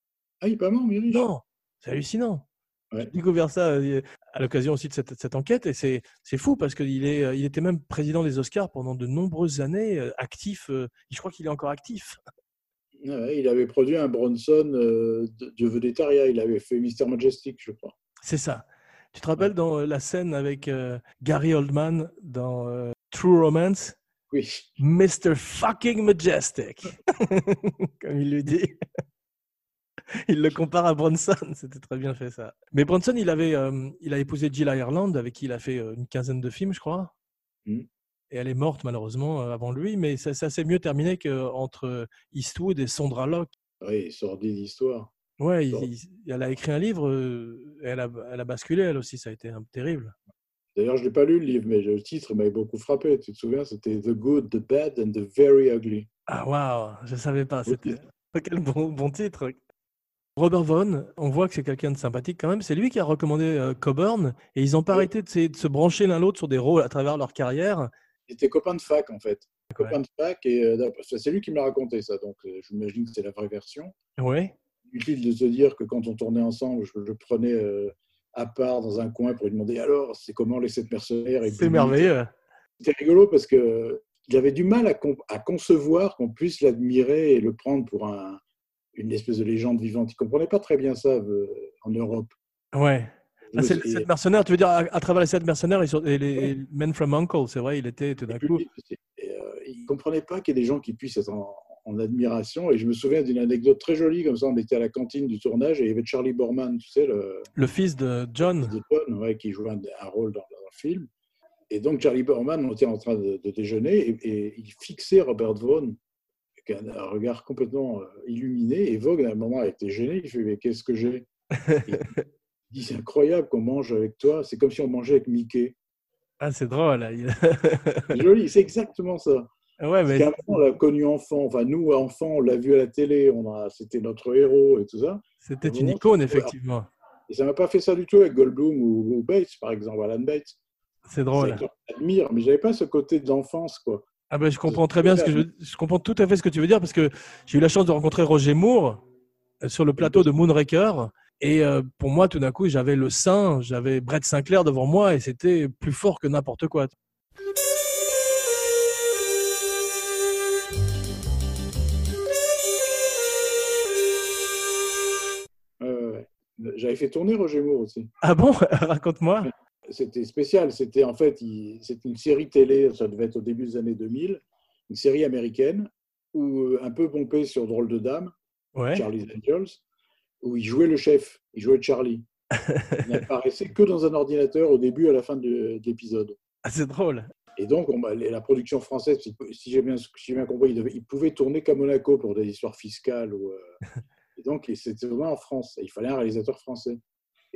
Ah, il est pas mort, Mirich Non, c'est hallucinant. Ouais. J'ai découvert ça euh, à l'occasion aussi de cette, cette enquête et c'est c'est fou parce qu'il est, euh, il était même président des Oscars pendant de nombreuses années, euh, actif. euh, Je crois qu'il est encore actif. *laughs* Ah ouais, Il avait produit un Bronson euh, de, de Vedetaria, il avait fait Mister Majestic, je crois. C'est ça. Tu te rappelles dans euh, la scène avec euh, Gary Oldman dans euh, True Romance, Oui, Mr. Fucking Majestic, *laughs* comme il le dit. Il le compare à Bronson, c'était très bien fait ça. Mais Bronson, il, avait, euh, il a épousé Jill Ireland, avec qui il a fait euh, une quinzaine de films, je crois. Mm. Et elle est morte malheureusement euh, avant lui, mais ça, ça s'est mieux terminé qu'entre Eastwood et Sondra Locke. oui sordide histoire. Ouais, il- Bon. il- elle a écrit un livre, euh, elle, a, elle a basculé elle aussi, ça a été un- terrible. D'ailleurs, je ne l'ai pas lu le livre, mais le titre m'avait beaucoup frappé. Tu te souviens, c'était The Good, The Bad and The Very Ugly. Ah waouh, je savais pas. Beau C'était quel bon, bon titre. Robert Vaughn, on voit que c'est quelqu'un de sympathique quand même. C'est lui qui a recommandé euh, Coburn et ils n'ont pas Oui. arrêté de, se- de se brancher l'un l'autre sur des rôles à travers leur carrière. Ils étaient copains de fac, en fait. Ouais. Copains de fac, et euh, d'après- c'est lui qui me l'a raconté, ça. Donc, euh, j'imagine que c'est la vraie version. Ouais. Utile de se dire que quand on tournait ensemble, je le prenais euh, à part dans un coin pour lui demander alors, c'est comment les sept mercenaires et C'est Billy merveilleux. C'était rigolo parce que il avait du mal à, con- à concevoir qu'on puisse l'admirer et le prendre pour un- une espèce de légende vivante. Il ne comprenait pas très bien ça euh, en Europe. Ouais. Ah, c'est Et- les sept mercenaires, tu veux dire, à, à travers les sept mercenaires et, sur- et les et Men from Uncle, c'est vrai, il était tout d'un coup. public aussi. Et, euh, il ne comprenait pas qu'il y ait des gens qui puissent être en, en admiration. Et je me souviens d'une anecdote très jolie, comme ça, on était à la cantine du tournage et il y avait Charlie Borman, tu sais, le, Le fils de John. de John, ouais, qui jouait un, un rôle dans, dans le film. Et donc Charlie Borman, on était en train de, de déjeuner et, et il fixait Robert Vaughn avec un, un regard complètement euh, illuminé. Et Vaughn, à un moment, a été gêné. Il fait Mais qu'est-ce que j'ai Il dit C'est incroyable qu'on mange avec toi. C'est comme si on mangeait avec Mickey. Ah, c'est drôle. il- C'est joli, c'est exactement ça. *laughs* Ouais, Ah, mais Parce qu'avant, on l'a connu enfant. Enfin, nous, enfant, on l'a vu à la télé. On a... C'était notre héros et tout ça. c'était au une moment où icône, c'est- effectivement. Et ça m'a pas fait ça du tout avec Goldblum ou, ou Bates, par exemple, Alan Bates. C'est C'est un drôle. acteur que j'admire, mais j'avais pas ce côté de l'enfance, quoi. Ah ben, je comprends très bien ce que je, je comprends tout à fait ce que tu veux dire parce que j'ai eu la chance de rencontrer Roger Moore euh, sur le plateau de Moonraker et euh, pour moi tout d'un coup j'avais le sein, j'avais Brett Sinclair devant moi et c'était plus fort que n'importe quoi. Ouais, ouais. J'avais fait tourner Roger Moore aussi. Ah bon *laughs* Raconte-moi. C'était spécial. C'était en fait il- c'est une série télé, ça devait être au début des années 2000, une série américaine, où, euh, un peu pompée sur Drôle de Dame, Ouais. Charlie's Angels, où il jouait le chef, il jouait *laughs* Charlie. Il n'apparaissait que dans un ordinateur au début et à la fin de, de l'épisode. Ah, c'est drôle. Et donc, on m'a- la production française, si, si j'ai bien, si j'ai bien compris, il, devait- il pouvait tourner qu'à Monaco pour des histoires fiscales. Ou, euh, et donc, et c'était tourné en France. Et il fallait un réalisateur français.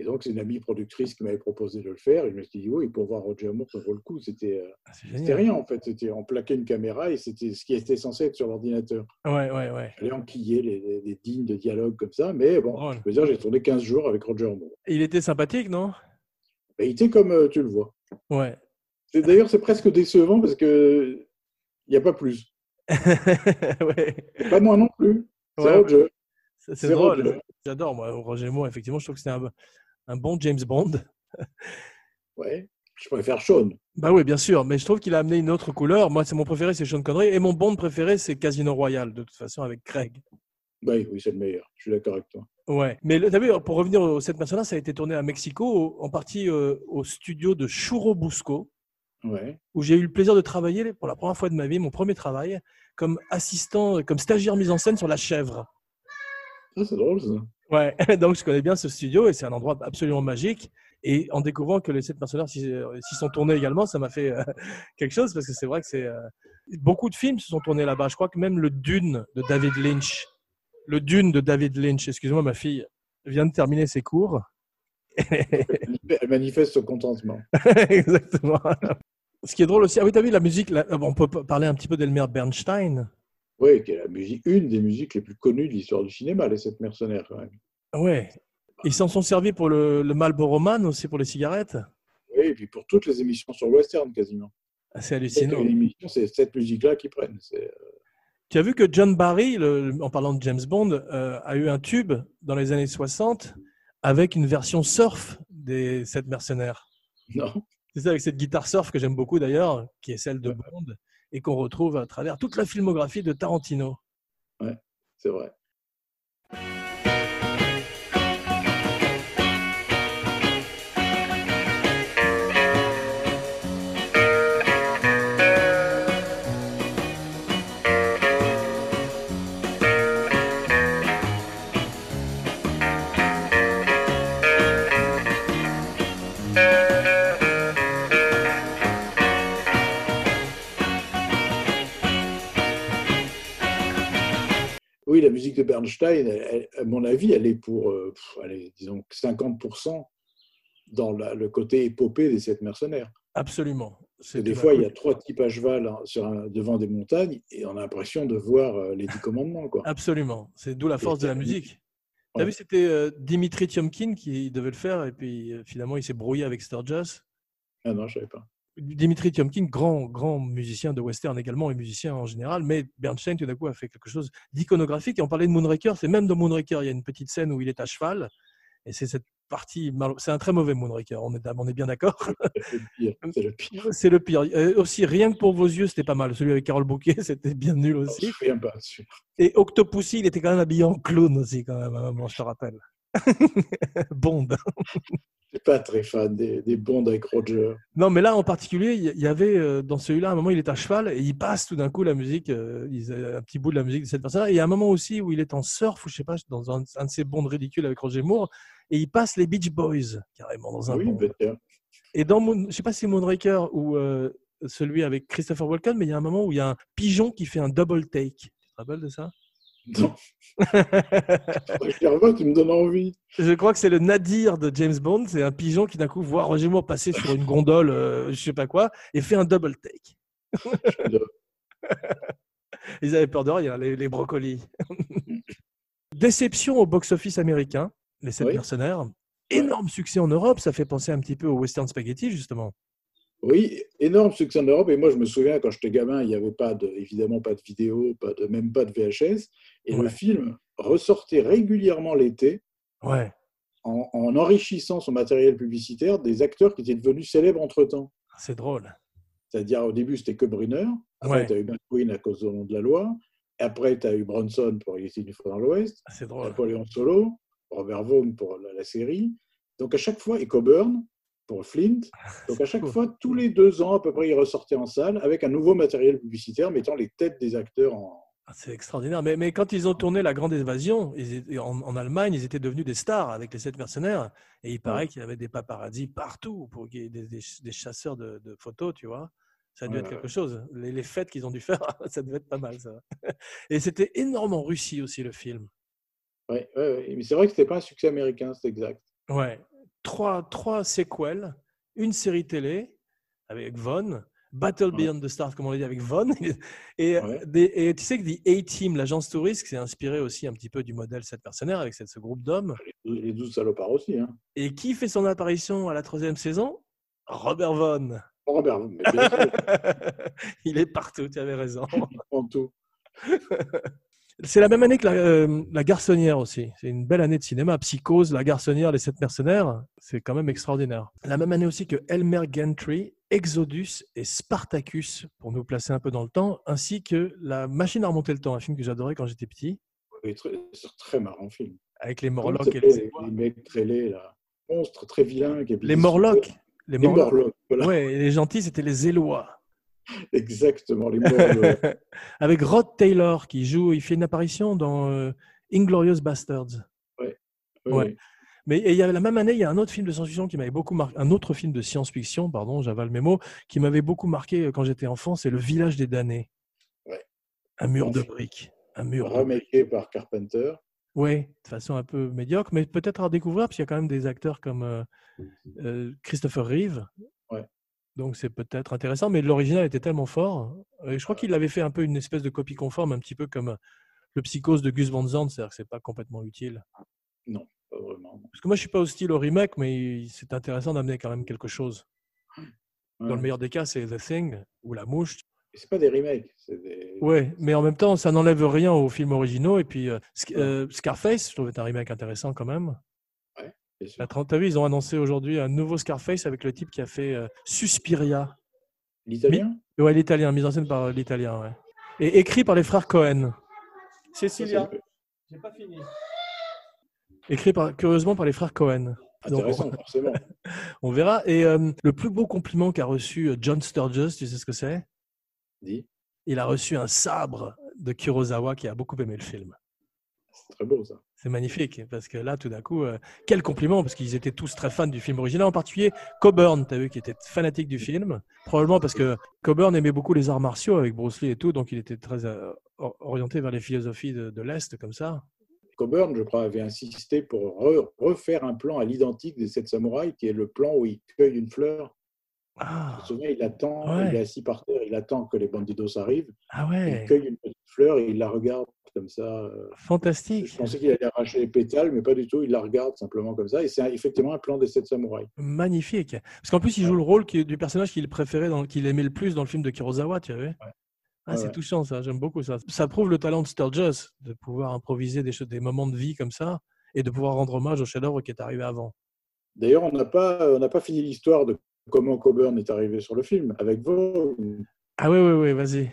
Et donc, c'est une amie productrice qui m'avait proposé de le faire. Et je me suis dit, oui, pour voir Roger Moore, ça vaut le coup. C'était euh, Ah, C'est c'était génial. rien, en fait. C'était, on plaquait une caméra et c'était ce qui était censé être sur l'ordinateur. Ouais, ouais, ouais. J'allais enquiller les, les, les dignes de dialogue comme ça. Mais bon, Drôle. je peux dire, j'ai tourné 15 jours avec Roger Moore. Il était sympathique, non Et il était comme euh, tu le vois. Ouais. *laughs* C'est- D'ailleurs, c'est presque décevant parce que il n'y a pas plus. ouais. Pas moi non plus. C'est Ouais, Roger. C'est- C'est C'est drôle. Roger. J'adore, moi, Roger Moore, effectivement, je trouve que c'est un, un bon James Bond. Ouais, je préfère Sean. Bah oui, bien sûr, mais je trouve qu'il a amené une autre couleur. Moi, c'est mon préféré, c'est Sean Connery, et mon Bond préféré, c'est Casino Royale, de toute façon, avec Craig. Oui, Bah oui, c'est le meilleur. Je suis d'accord avec toi. Ouais. Mais le- t'as vu, pour revenir au cette personne-là, ça a été tourné à Mexico, au- en partie euh, au studio de Churubusco, Ouais. où j'ai eu le plaisir de travailler pour la première fois de ma vie, mon premier travail, comme assistant, comme stagiaire mise en scène sur la chèvre. Ça, c'est drôle, ça. *laughs* Ouais, donc je connais bien ce studio et c'est un endroit absolument magique. Et en découvrant que les sept personnages s'y euh, s'y sont tournés également, ça m'a fait euh, *laughs* quelque chose parce que c'est vrai que c'est. euh, Beaucoup de films se sont tournés là-bas. Je crois que même le Dune de David Lynch, le Dune de David Lynch, excuse-moi, ma fille vient de terminer ses cours. *laughs* Elle manifeste son contentement. Exactement. Ce qui est drôle aussi, ah oui, t'as vu la musique, là, on peut parler un petit peu d'Elmer Bernstein. Oui, qui est la musique, une des musiques les plus connues de l'histoire du cinéma, les sept mercenaires, quand même. Ouais. Ils s'en sont servis pour le, le Marlboro Man aussi, pour les cigarettes. Oui, et puis pour toutes les émissions sur le western, quasiment. Ah, C'est Toutes hallucinant. les émissions, c'est cette musique-là qu'ils prennent. C'est- euh, Tu as vu que John Barry, le- en parlant de James Bond, euh, a eu un tube dans les années 60 avec une version surf des Sept Mercenaires. *laughs* Non, C'est ça, avec cette guitare surf que j'aime beaucoup d'ailleurs, qui est celle de Bond et qu'on retrouve à travers toute la filmographie de Tarantino. c'est vrai. Oui, la musique de Bernstein, elle- elle- à mon avis, elle est pour, euh, pff, allez, disons, 50% dans la- le côté épopée des sept mercenaires. Absolument. Parce C'est que des de la fois, il y a folie. trois types à cheval hein, sur un- devant des montagnes et on a l'impression de voir euh, les dix commandements. Ah. Quoi. Absolument. C'est d'où la force de la musique. T'as Ouais. vu, c'était euh, Dimitri Tiomkin qui devait le faire et puis euh, finalement il s'est brouillé avec Sturgis. Ah non, je savais pas. Dimitri Tiomkin, grand, grand musicien de western également et musicien en général, mais Bernstein tout d'un coup a fait quelque chose d'iconographique. Et on parlait de Moonraker, c'est même dans Moonraker, il y a une petite scène où il est à cheval. Et c'est cette partie, mal- c'est un très mauvais Moonraker, on est, d'a- on est bien d'accord. C'est le pire. Ah. C'est le pire. *laughs* C'est le pire. Euh, aussi, rien que pour vos yeux, c'était pas mal. Celui avec Carole Bouquet, *laughs* c'était bien nul Je me aussi. souviens pas. celui-là. Et Octopussy, il était quand même habillé en clown aussi, quand même, à un moment, je te rappelle. *laughs* Bond. Je suis pas très fan des, des Bonds avec Roger. Non, mais là en particulier, il y- il y avait euh, dans celui-là, à un moment, il est à cheval et il passe tout d'un coup la musique, euh, il- un petit bout de la musique de cette personne-là. Et il y a un moment aussi où il est en surf, ou je sais pas, dans un, un de ses bonds ridicules avec Roger Moore, et il passe les Beach Boys, carrément, dans un Oui, bond. peut-être. *laughs* Et dans, Moon- je sais pas si c'est Moonraker ou euh, celui avec Christopher Walken, mais il y a un moment où il y a un pigeon qui fait un double take. Tu te rappelles de ça Non. Je les revois, tu me donnes envie. Je crois que c'est le nadir de James Bond, c'est un pigeon qui d'un coup voit Roger Moore passer sur une gondole, euh, je sais pas quoi, et fait un double take. Je- Ils avaient peur de rien, les, les brocolis. *laughs* Déception au box-office américain, les sept Oui. mercenaires. Énorme succès en Europe, ça fait penser un petit peu au western spaghetti, justement. Oui, énorme succès en Europe. Et moi, je me souviens, quand j'étais gamin, il n'y avait pas de, évidemment pas de vidéo, pas de, même pas de VHS. Et Ouais. le film ressortait régulièrement l'été Ouais. en, en enrichissant son matériel publicitaire des acteurs qui étaient devenus célèbres entre-temps. C'est drôle. C'est-à-dire, au début, c'était que Brunner. Après, Ouais. tu as eu McQueen à cause de nom de la loi. Après, tu as eu Bronson pour Il était une fois dans l'Ouest. C'est drôle. Napoléon Solo. Robert Vaughn pour la, la série. Donc, à chaque fois, et Coburn pour Flint. Donc, à chaque cool. fois, tous les deux ans, à peu près, ils ressortaient en salle avec un nouveau matériel publicitaire mettant les têtes des acteurs en. Ah, C'est extraordinaire. Mais, mais quand ils ont tourné La Grande Évasion, ils étaient- en, en Allemagne, ils étaient devenus des stars avec les sept mercenaires. Et il paraît qu'il y avait des paparazzis partout, pour, qu'il y ait des, des- des chasseurs de, de photos, tu vois. Ça a dû Ouais, être ouais. quelque chose. Les, les fêtes qu'ils ont dû *laughs* faire, ça devait être pas mal, ça. Et c'était énorme en Russie aussi, le film. Ouais, ouais, ouais. Mais c'est vrai que c'était pas un succès américain, c'est exact. Ouais. Trois, trois séquelles, une série télé avec Vaughn, Battle Ouais. Beyond the Stars, comme on l'a dit, avec Vaughn. *laughs* Et, Ouais. des- et tu sais que The A-Team, l'agence touriste, s'est inspiré aussi un petit peu du modèle 7 mercenaires avec cette- ce groupe d'hommes. Les 12 salopards aussi. Hein. Et qui fait son apparition à la troisième saison Robert *laughs* Vaughn. *laughs* Robert, mais bien sûr, Il est partout, tu avais raison. il prend tout. C'est la même année que la, euh, La Garçonnière aussi. C'est une belle année de cinéma. Psychose, La Garçonnière, Les Sept Mercenaires, c'est quand même extraordinaire. La même année aussi que Elmer Gantry, Exodus et Spartacus, pour nous placer un peu dans le temps, ainsi que La Machine à remonter le temps, un film que j'adorais quand j'étais petit, Et très- C'est un très marrant film. avec les Comment Morlocks et s'appelaient les les, les mecs très laids, là. Monstres très vilains. qui Les habitaient Morlocks. sous terre. Les Les Morlocks. Morlocks, voilà. Ouais, et les gentils, c'était les Élois. *laughs* Exactement, les Morlocks. avec Rod Taylor qui joue, il fait une apparition dans euh, Inglorious Bastards. Oui, *laughs* Ouais. oui. Mais et il y avait la même année, il y a un autre film de science-fiction qui m'avait beaucoup marqué, un autre film de science-fiction, pardon, j'avale mes mots, qui m'avait beaucoup marqué euh, quand j'étais enfant, c'est Le Village des damnés. Ouais. Un mur Bon de film. briques, un mur. de- Remaké par Carpenter. Ouais, de façon un peu médiocre, mais peut-être à découvrir parce qu'il y a quand même des acteurs comme euh, euh, Christopher Reeve. Ouais. Donc c'est peut-être intéressant, mais l'original était tellement fort. Et je crois qu'il avait fait un peu une espèce de copie conforme, un petit peu comme euh, le Psychose de Gus Van Sant, c'est-à-dire que c'est pas complètement utile. Pas vraiment. Parce que moi, je suis pas hostile au remake, mais c'est intéressant d'amener quand même quelque chose. Dans le Ouais. meilleur des cas, c'est The Thing ou La Mouche. Et C'est pas des remakes, c'est des. Ouais, mais en même temps, ça n'enlève rien aux films originaux. Et puis, euh, Sc- euh, Scarface, je trouve est un remake intéressant quand même. bien sûr. La 30 t'as vu, ils ont annoncé aujourd'hui un nouveau Scarface avec le type qui a fait euh, Suspiria. L'italien Ouais, l'italien, mise en scène par euh, l'italien, ouais. Et écrit par les frères Cohen. Ça, c'est j'ai pas fini. Écrit par, curieusement par les frères Cohen. Non. *laughs* Intéressant, forcément. On verra. Et euh, le plus beau compliment qu'a reçu euh, John Sturges, tu sais ce que c'est Dit. Il a reçu un sabre de Kurosawa qui a beaucoup aimé le film. C'est très beau, ça. C'est magnifique, parce que là, tout d'un coup, euh, quel compliment, parce qu'ils étaient tous très fans du film original, en particulier Coburn, tu as vu, qui était fanatique du film, probablement parce que Coburn aimait beaucoup les arts martiaux avec Bruce Lee et tout, donc il était très euh, or- orienté vers les philosophies de, de l'Est, comme ça. Coburn, je crois, avait insisté pour re- refaire un plan à l'identique des sept samouraïs, qui est le plan où il cueille une fleur. Ah, Je me souviens, il attend, Ouais. il est assis par terre, il attend que les bandidos arrivent. ah Il ouais, cueille une petite fleur et il la regarde comme ça. euh, Je fantastique, pensais qu'il allait arracher les pétales, mais pas du tout. Il la regarde simplement comme ça. Et c'est un- effectivement un plan des sept samouraïs. magnifique. Parce qu'en plus, il joue le rôle qui- du personnage qu'il préférait, dans- qu'il aimait le plus dans le film de Kurosawa, tu as vu Ah, Ouais, c'est ouais. touchant ça, j'aime beaucoup ça. Ça prouve le talent de Sturges de pouvoir improviser des, cho- des moments de vie comme ça et de pouvoir rendre hommage au chef-d'œuvre qui est arrivé avant. D'ailleurs, on n'a pas, on n'a pas fini l'histoire de comment Coburn est arrivé sur le film avec Vaughn. Ah oui, oui, oui, vas-y.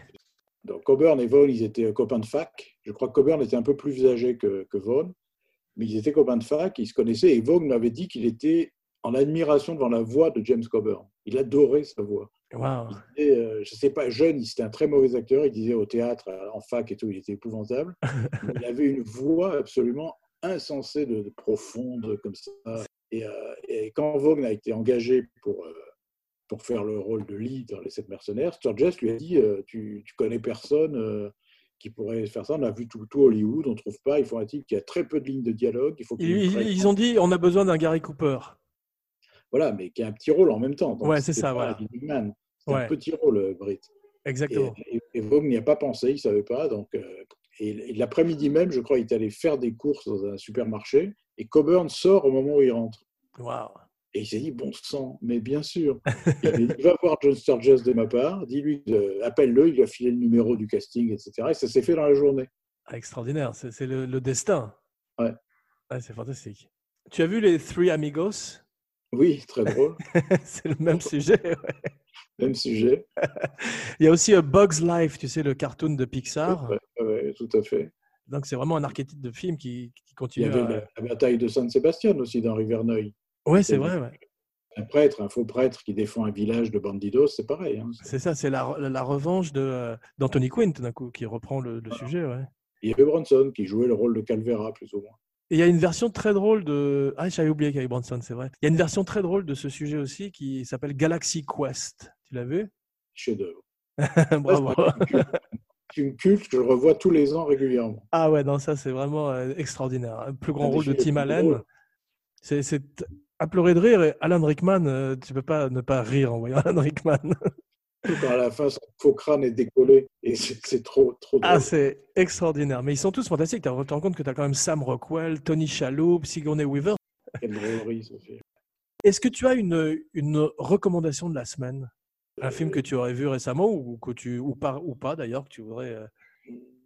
Donc, Coburn et Vaughan, ils étaient copains de fac. Je crois que Coburn était un peu plus âgé que, que Vaughan, mais ils étaient copains de fac, ils se connaissaient, et Vaughan m'avait dit qu'il était en admiration devant la voix de James Coburn. Il adorait sa voix. Waouh. Et, euh, je ne sais pas, jeune, il- c'était un très mauvais acteur, il disait au théâtre, euh, en fac et tout, il était épouvantable. *laughs* Mais il avait une voix absolument insensée, de, de profonde, comme ça. Et, euh, et quand Vaughan a été engagé pour, euh, pour faire le rôle de Lee dans Les Sept Mercenaires, Sturges lui a dit euh, tu, tu connais personne euh, qui pourrait faire ça, on a vu tout, tout Hollywood, on ne trouve pas, il faut un type qui a très peu de lignes de dialogue, il faut qu'il Ils, nous prête- ils- ils ont dit on a besoin d'un Gary Cooper. Voilà, mais qui a un petit rôle en même temps. Donc, Ouais, c'est c'était ça, pas voilà. Gilman, C'était Ouais. un petit rôle, euh, Britt. Exactement. Et, et, et Vogue n'y a pas pensé, il ne savait pas. Donc, euh, et, et l'après-midi même, je crois, il est allé faire des courses dans un supermarché et Coburn sort au moment où il rentre. Waouh. Et il s'est dit, bon sang, mais bien sûr. Il avait dit, va voir John Sturges de ma part, dis-lui, de- appelle-le, il lui a filé le numéro du casting, etc. Et ça s'est fait dans la journée. Ah, Extraordinaire, c'est c'est le, le destin. Ouais. Ouais, c'est fantastique. Tu as vu les Three Amigos *laughs* Oui, très drôle. C'est le même sujet. ouais. Même sujet. Il y a aussi euh, Bugs Life, tu sais, le cartoon de Pixar. Ouais, ouais, tout à fait. Donc c'est vraiment un archétype de film qui, qui Il y continue. avait à- la, la bataille de San Sébastien aussi d'Henri Verneuil. Ouais, c'est vrai. ouais. Un prêtre, un faux prêtre qui défend un village de bandidos, c'est pareil. hein. C'est ça, c'est la, re- la revanche de, euh, d'Anthony Quinn, tout d'un coup, qui reprend le, le sujet. ouais. Il y avait Bronson qui jouait le rôle de Calvera, plus ou moins. Et il y a une version très drôle de. Ah, j'avais oublié qu'il y avait Branson, c'est vrai. Il y a une version très drôle de ce sujet aussi qui s'appelle Galaxy Quest. Tu l'as vu *laughs* Chef-d'œuvre. Bravo. *laughs* C'est une culte que je revois tous les ans régulièrement. Ah ouais, non, ça c'est vraiment euh, extraordinaire. Un plus grand Un des rôle de films les Tim plus Allen. drôles. C'est c'est à pleurer de rire. Et Alan Rickman, euh, tu peux pas ne pas rire en voyant *laughs* Alan Rickman. Surtout Quand à la fin, son faux crâne est décollé et c'est c'est trop, trop drôle. Ah, c'est extraordinaire. Mais ils sont tous fantastiques. Tu te rends compte que tu as quand même Sam Rockwell, Tony Shalhoub, Sigourney Weaver. Quelle drôlerie, ce film. Est-ce que tu as une, une recommandation de la semaine Un film que tu aurais vu récemment ou, que tu, ou, pas, ou pas d'ailleurs, que tu voudrais. euh,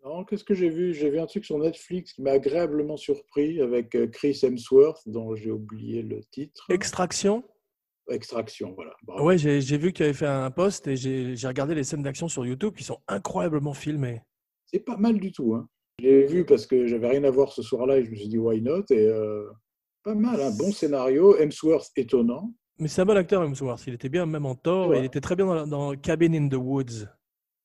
Non, qu'est-ce que j'ai vu J'ai vu un truc sur Netflix qui m'a agréablement surpris avec euh, Chris Hemsworth, dont j'ai oublié le titre. Extraction Extraction, voilà. Bravo. Ouais, j'ai j'ai vu que tu avais fait un post et j'ai j'ai regardé les scènes d'action sur YouTube qui sont incroyablement filmées. C'est pas mal du tout. Hein. Je l'ai vu parce que j'avais rien à voir ce soir-là et je me suis dit why not et euh, pas mal, un bon scénario, Hemsworth étonnant. Mais c'est un bon acteur, Hemsworth. Il était bien, même en tort. Ouais. Il était très bien dans, dans Cabin in the Woods.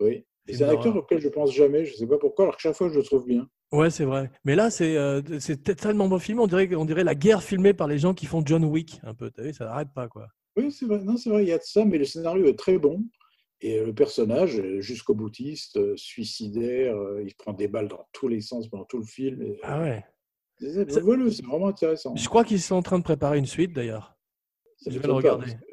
Oui. Et C'est un Film acteur d'horreur. auquel je pense jamais, je sais pas pourquoi, alors que chaque fois je le trouve bien. Ouais, c'est vrai. Mais là, c'est euh, c'est tellement bon filmé. On dirait, on dirait la guerre filmée par les gens qui font John Wick, un peu. T'as vu, ça n'arrête pas, quoi. Oui, c'est vrai, non, c'est vrai, il y a de ça, mais le scénario est très bon. Et le personnage, euh, jusqu'au boutiste, euh, suicidaire, euh, il prend des balles dans tous les sens pendant tout le film. Et, Ah ouais. C'est ça, Ça- voilà, c'est vraiment intéressant. Je crois qu'ils sont en train de préparer une suite, d'ailleurs. Ça je vais m'étonne le pas, regarder. parce que,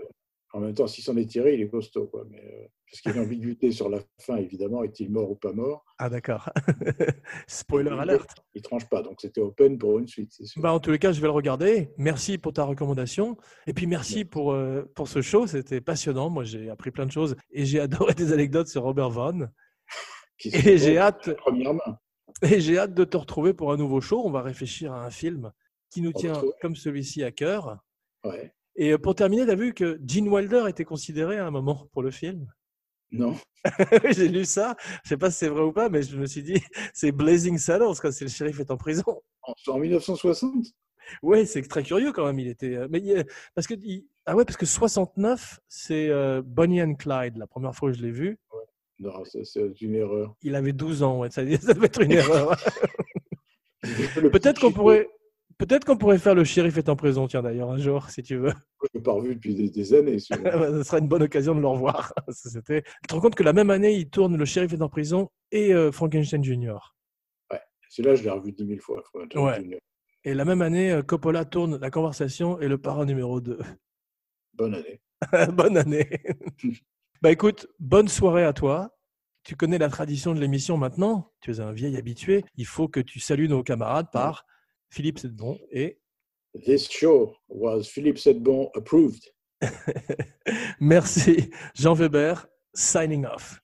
En même temps, s'il s'en est tiré, il est costaud. Quoi. Mais, euh, parce qu'il y a une ambiguïté sur la fin, évidemment. Est-il mort ou pas mort Ah d'accord. *laughs* Spoiler Il- alerte. Il tranche pas. Donc c'était open pour une suite, c'est sûr. Bah, en tous les cas, je vais le regarder. Merci pour ta recommandation. Et puis merci pour, euh, pour ce show. C'était passionnant. Moi, j'ai appris plein de choses et j'ai *laughs* adoré tes anecdotes sur Robert Vaughn. Qui se Et j'ai retrouve hâte, à Première main. et j'ai hâte de te retrouver pour un nouveau show. On va réfléchir à un film qui nous va tient trouver. comme celui-ci à cœur. Ouais. Et euh, pour terminer, tu as vu que Gene Wilder était considéré à un moment pour le film. *laughs* Non. j'ai lu ça. Je sais pas si c'est vrai ou pas, mais je me suis dit, *laughs* c'est Blazing Saddles quand c'est le shérif est en prison. *laughs* En, en 1960 Ouais, c'est très curieux quand même. Il était, euh, mais il y a- parce que il- ah ouais, parce que 69, c'est euh, Bonnie and Clyde. La première fois que je l'ai vu, Non, c'est- c'est une erreur. il avait 12 ans. ouais, ça, *laughs* ça doit être une erreur. Le peut-être petit qu'on Chico, pourrait, peut-être qu'on pourrait faire le shérif est en prison. Tiens d'ailleurs un jour, si tu veux, *laughs* Je l'ai pas revu depuis des, des années. celui-là. ce sera une bonne occasion de le revoir. *laughs* Ça, C'était. Tu te rends compte que la même année, il tourne le shérif est en prison et euh, Frankenstein Junior. Celui-là, je l'ai revu dix mille fois. Faut être Ouais. une Et la même année, euh, Coppola tourne La Conversation et Le Parrain numéro 2. Bonne année. *laughs* bonne année. bah écoute, bonne soirée à toi. Tu connais la tradition de l'émission maintenant. Tu es un vieil habitué. Il faut que tu salues nos camarades par Philippe Sedbon et *laughs* This show was Philippe Sedbon approved. merci Jean Weber, signing off.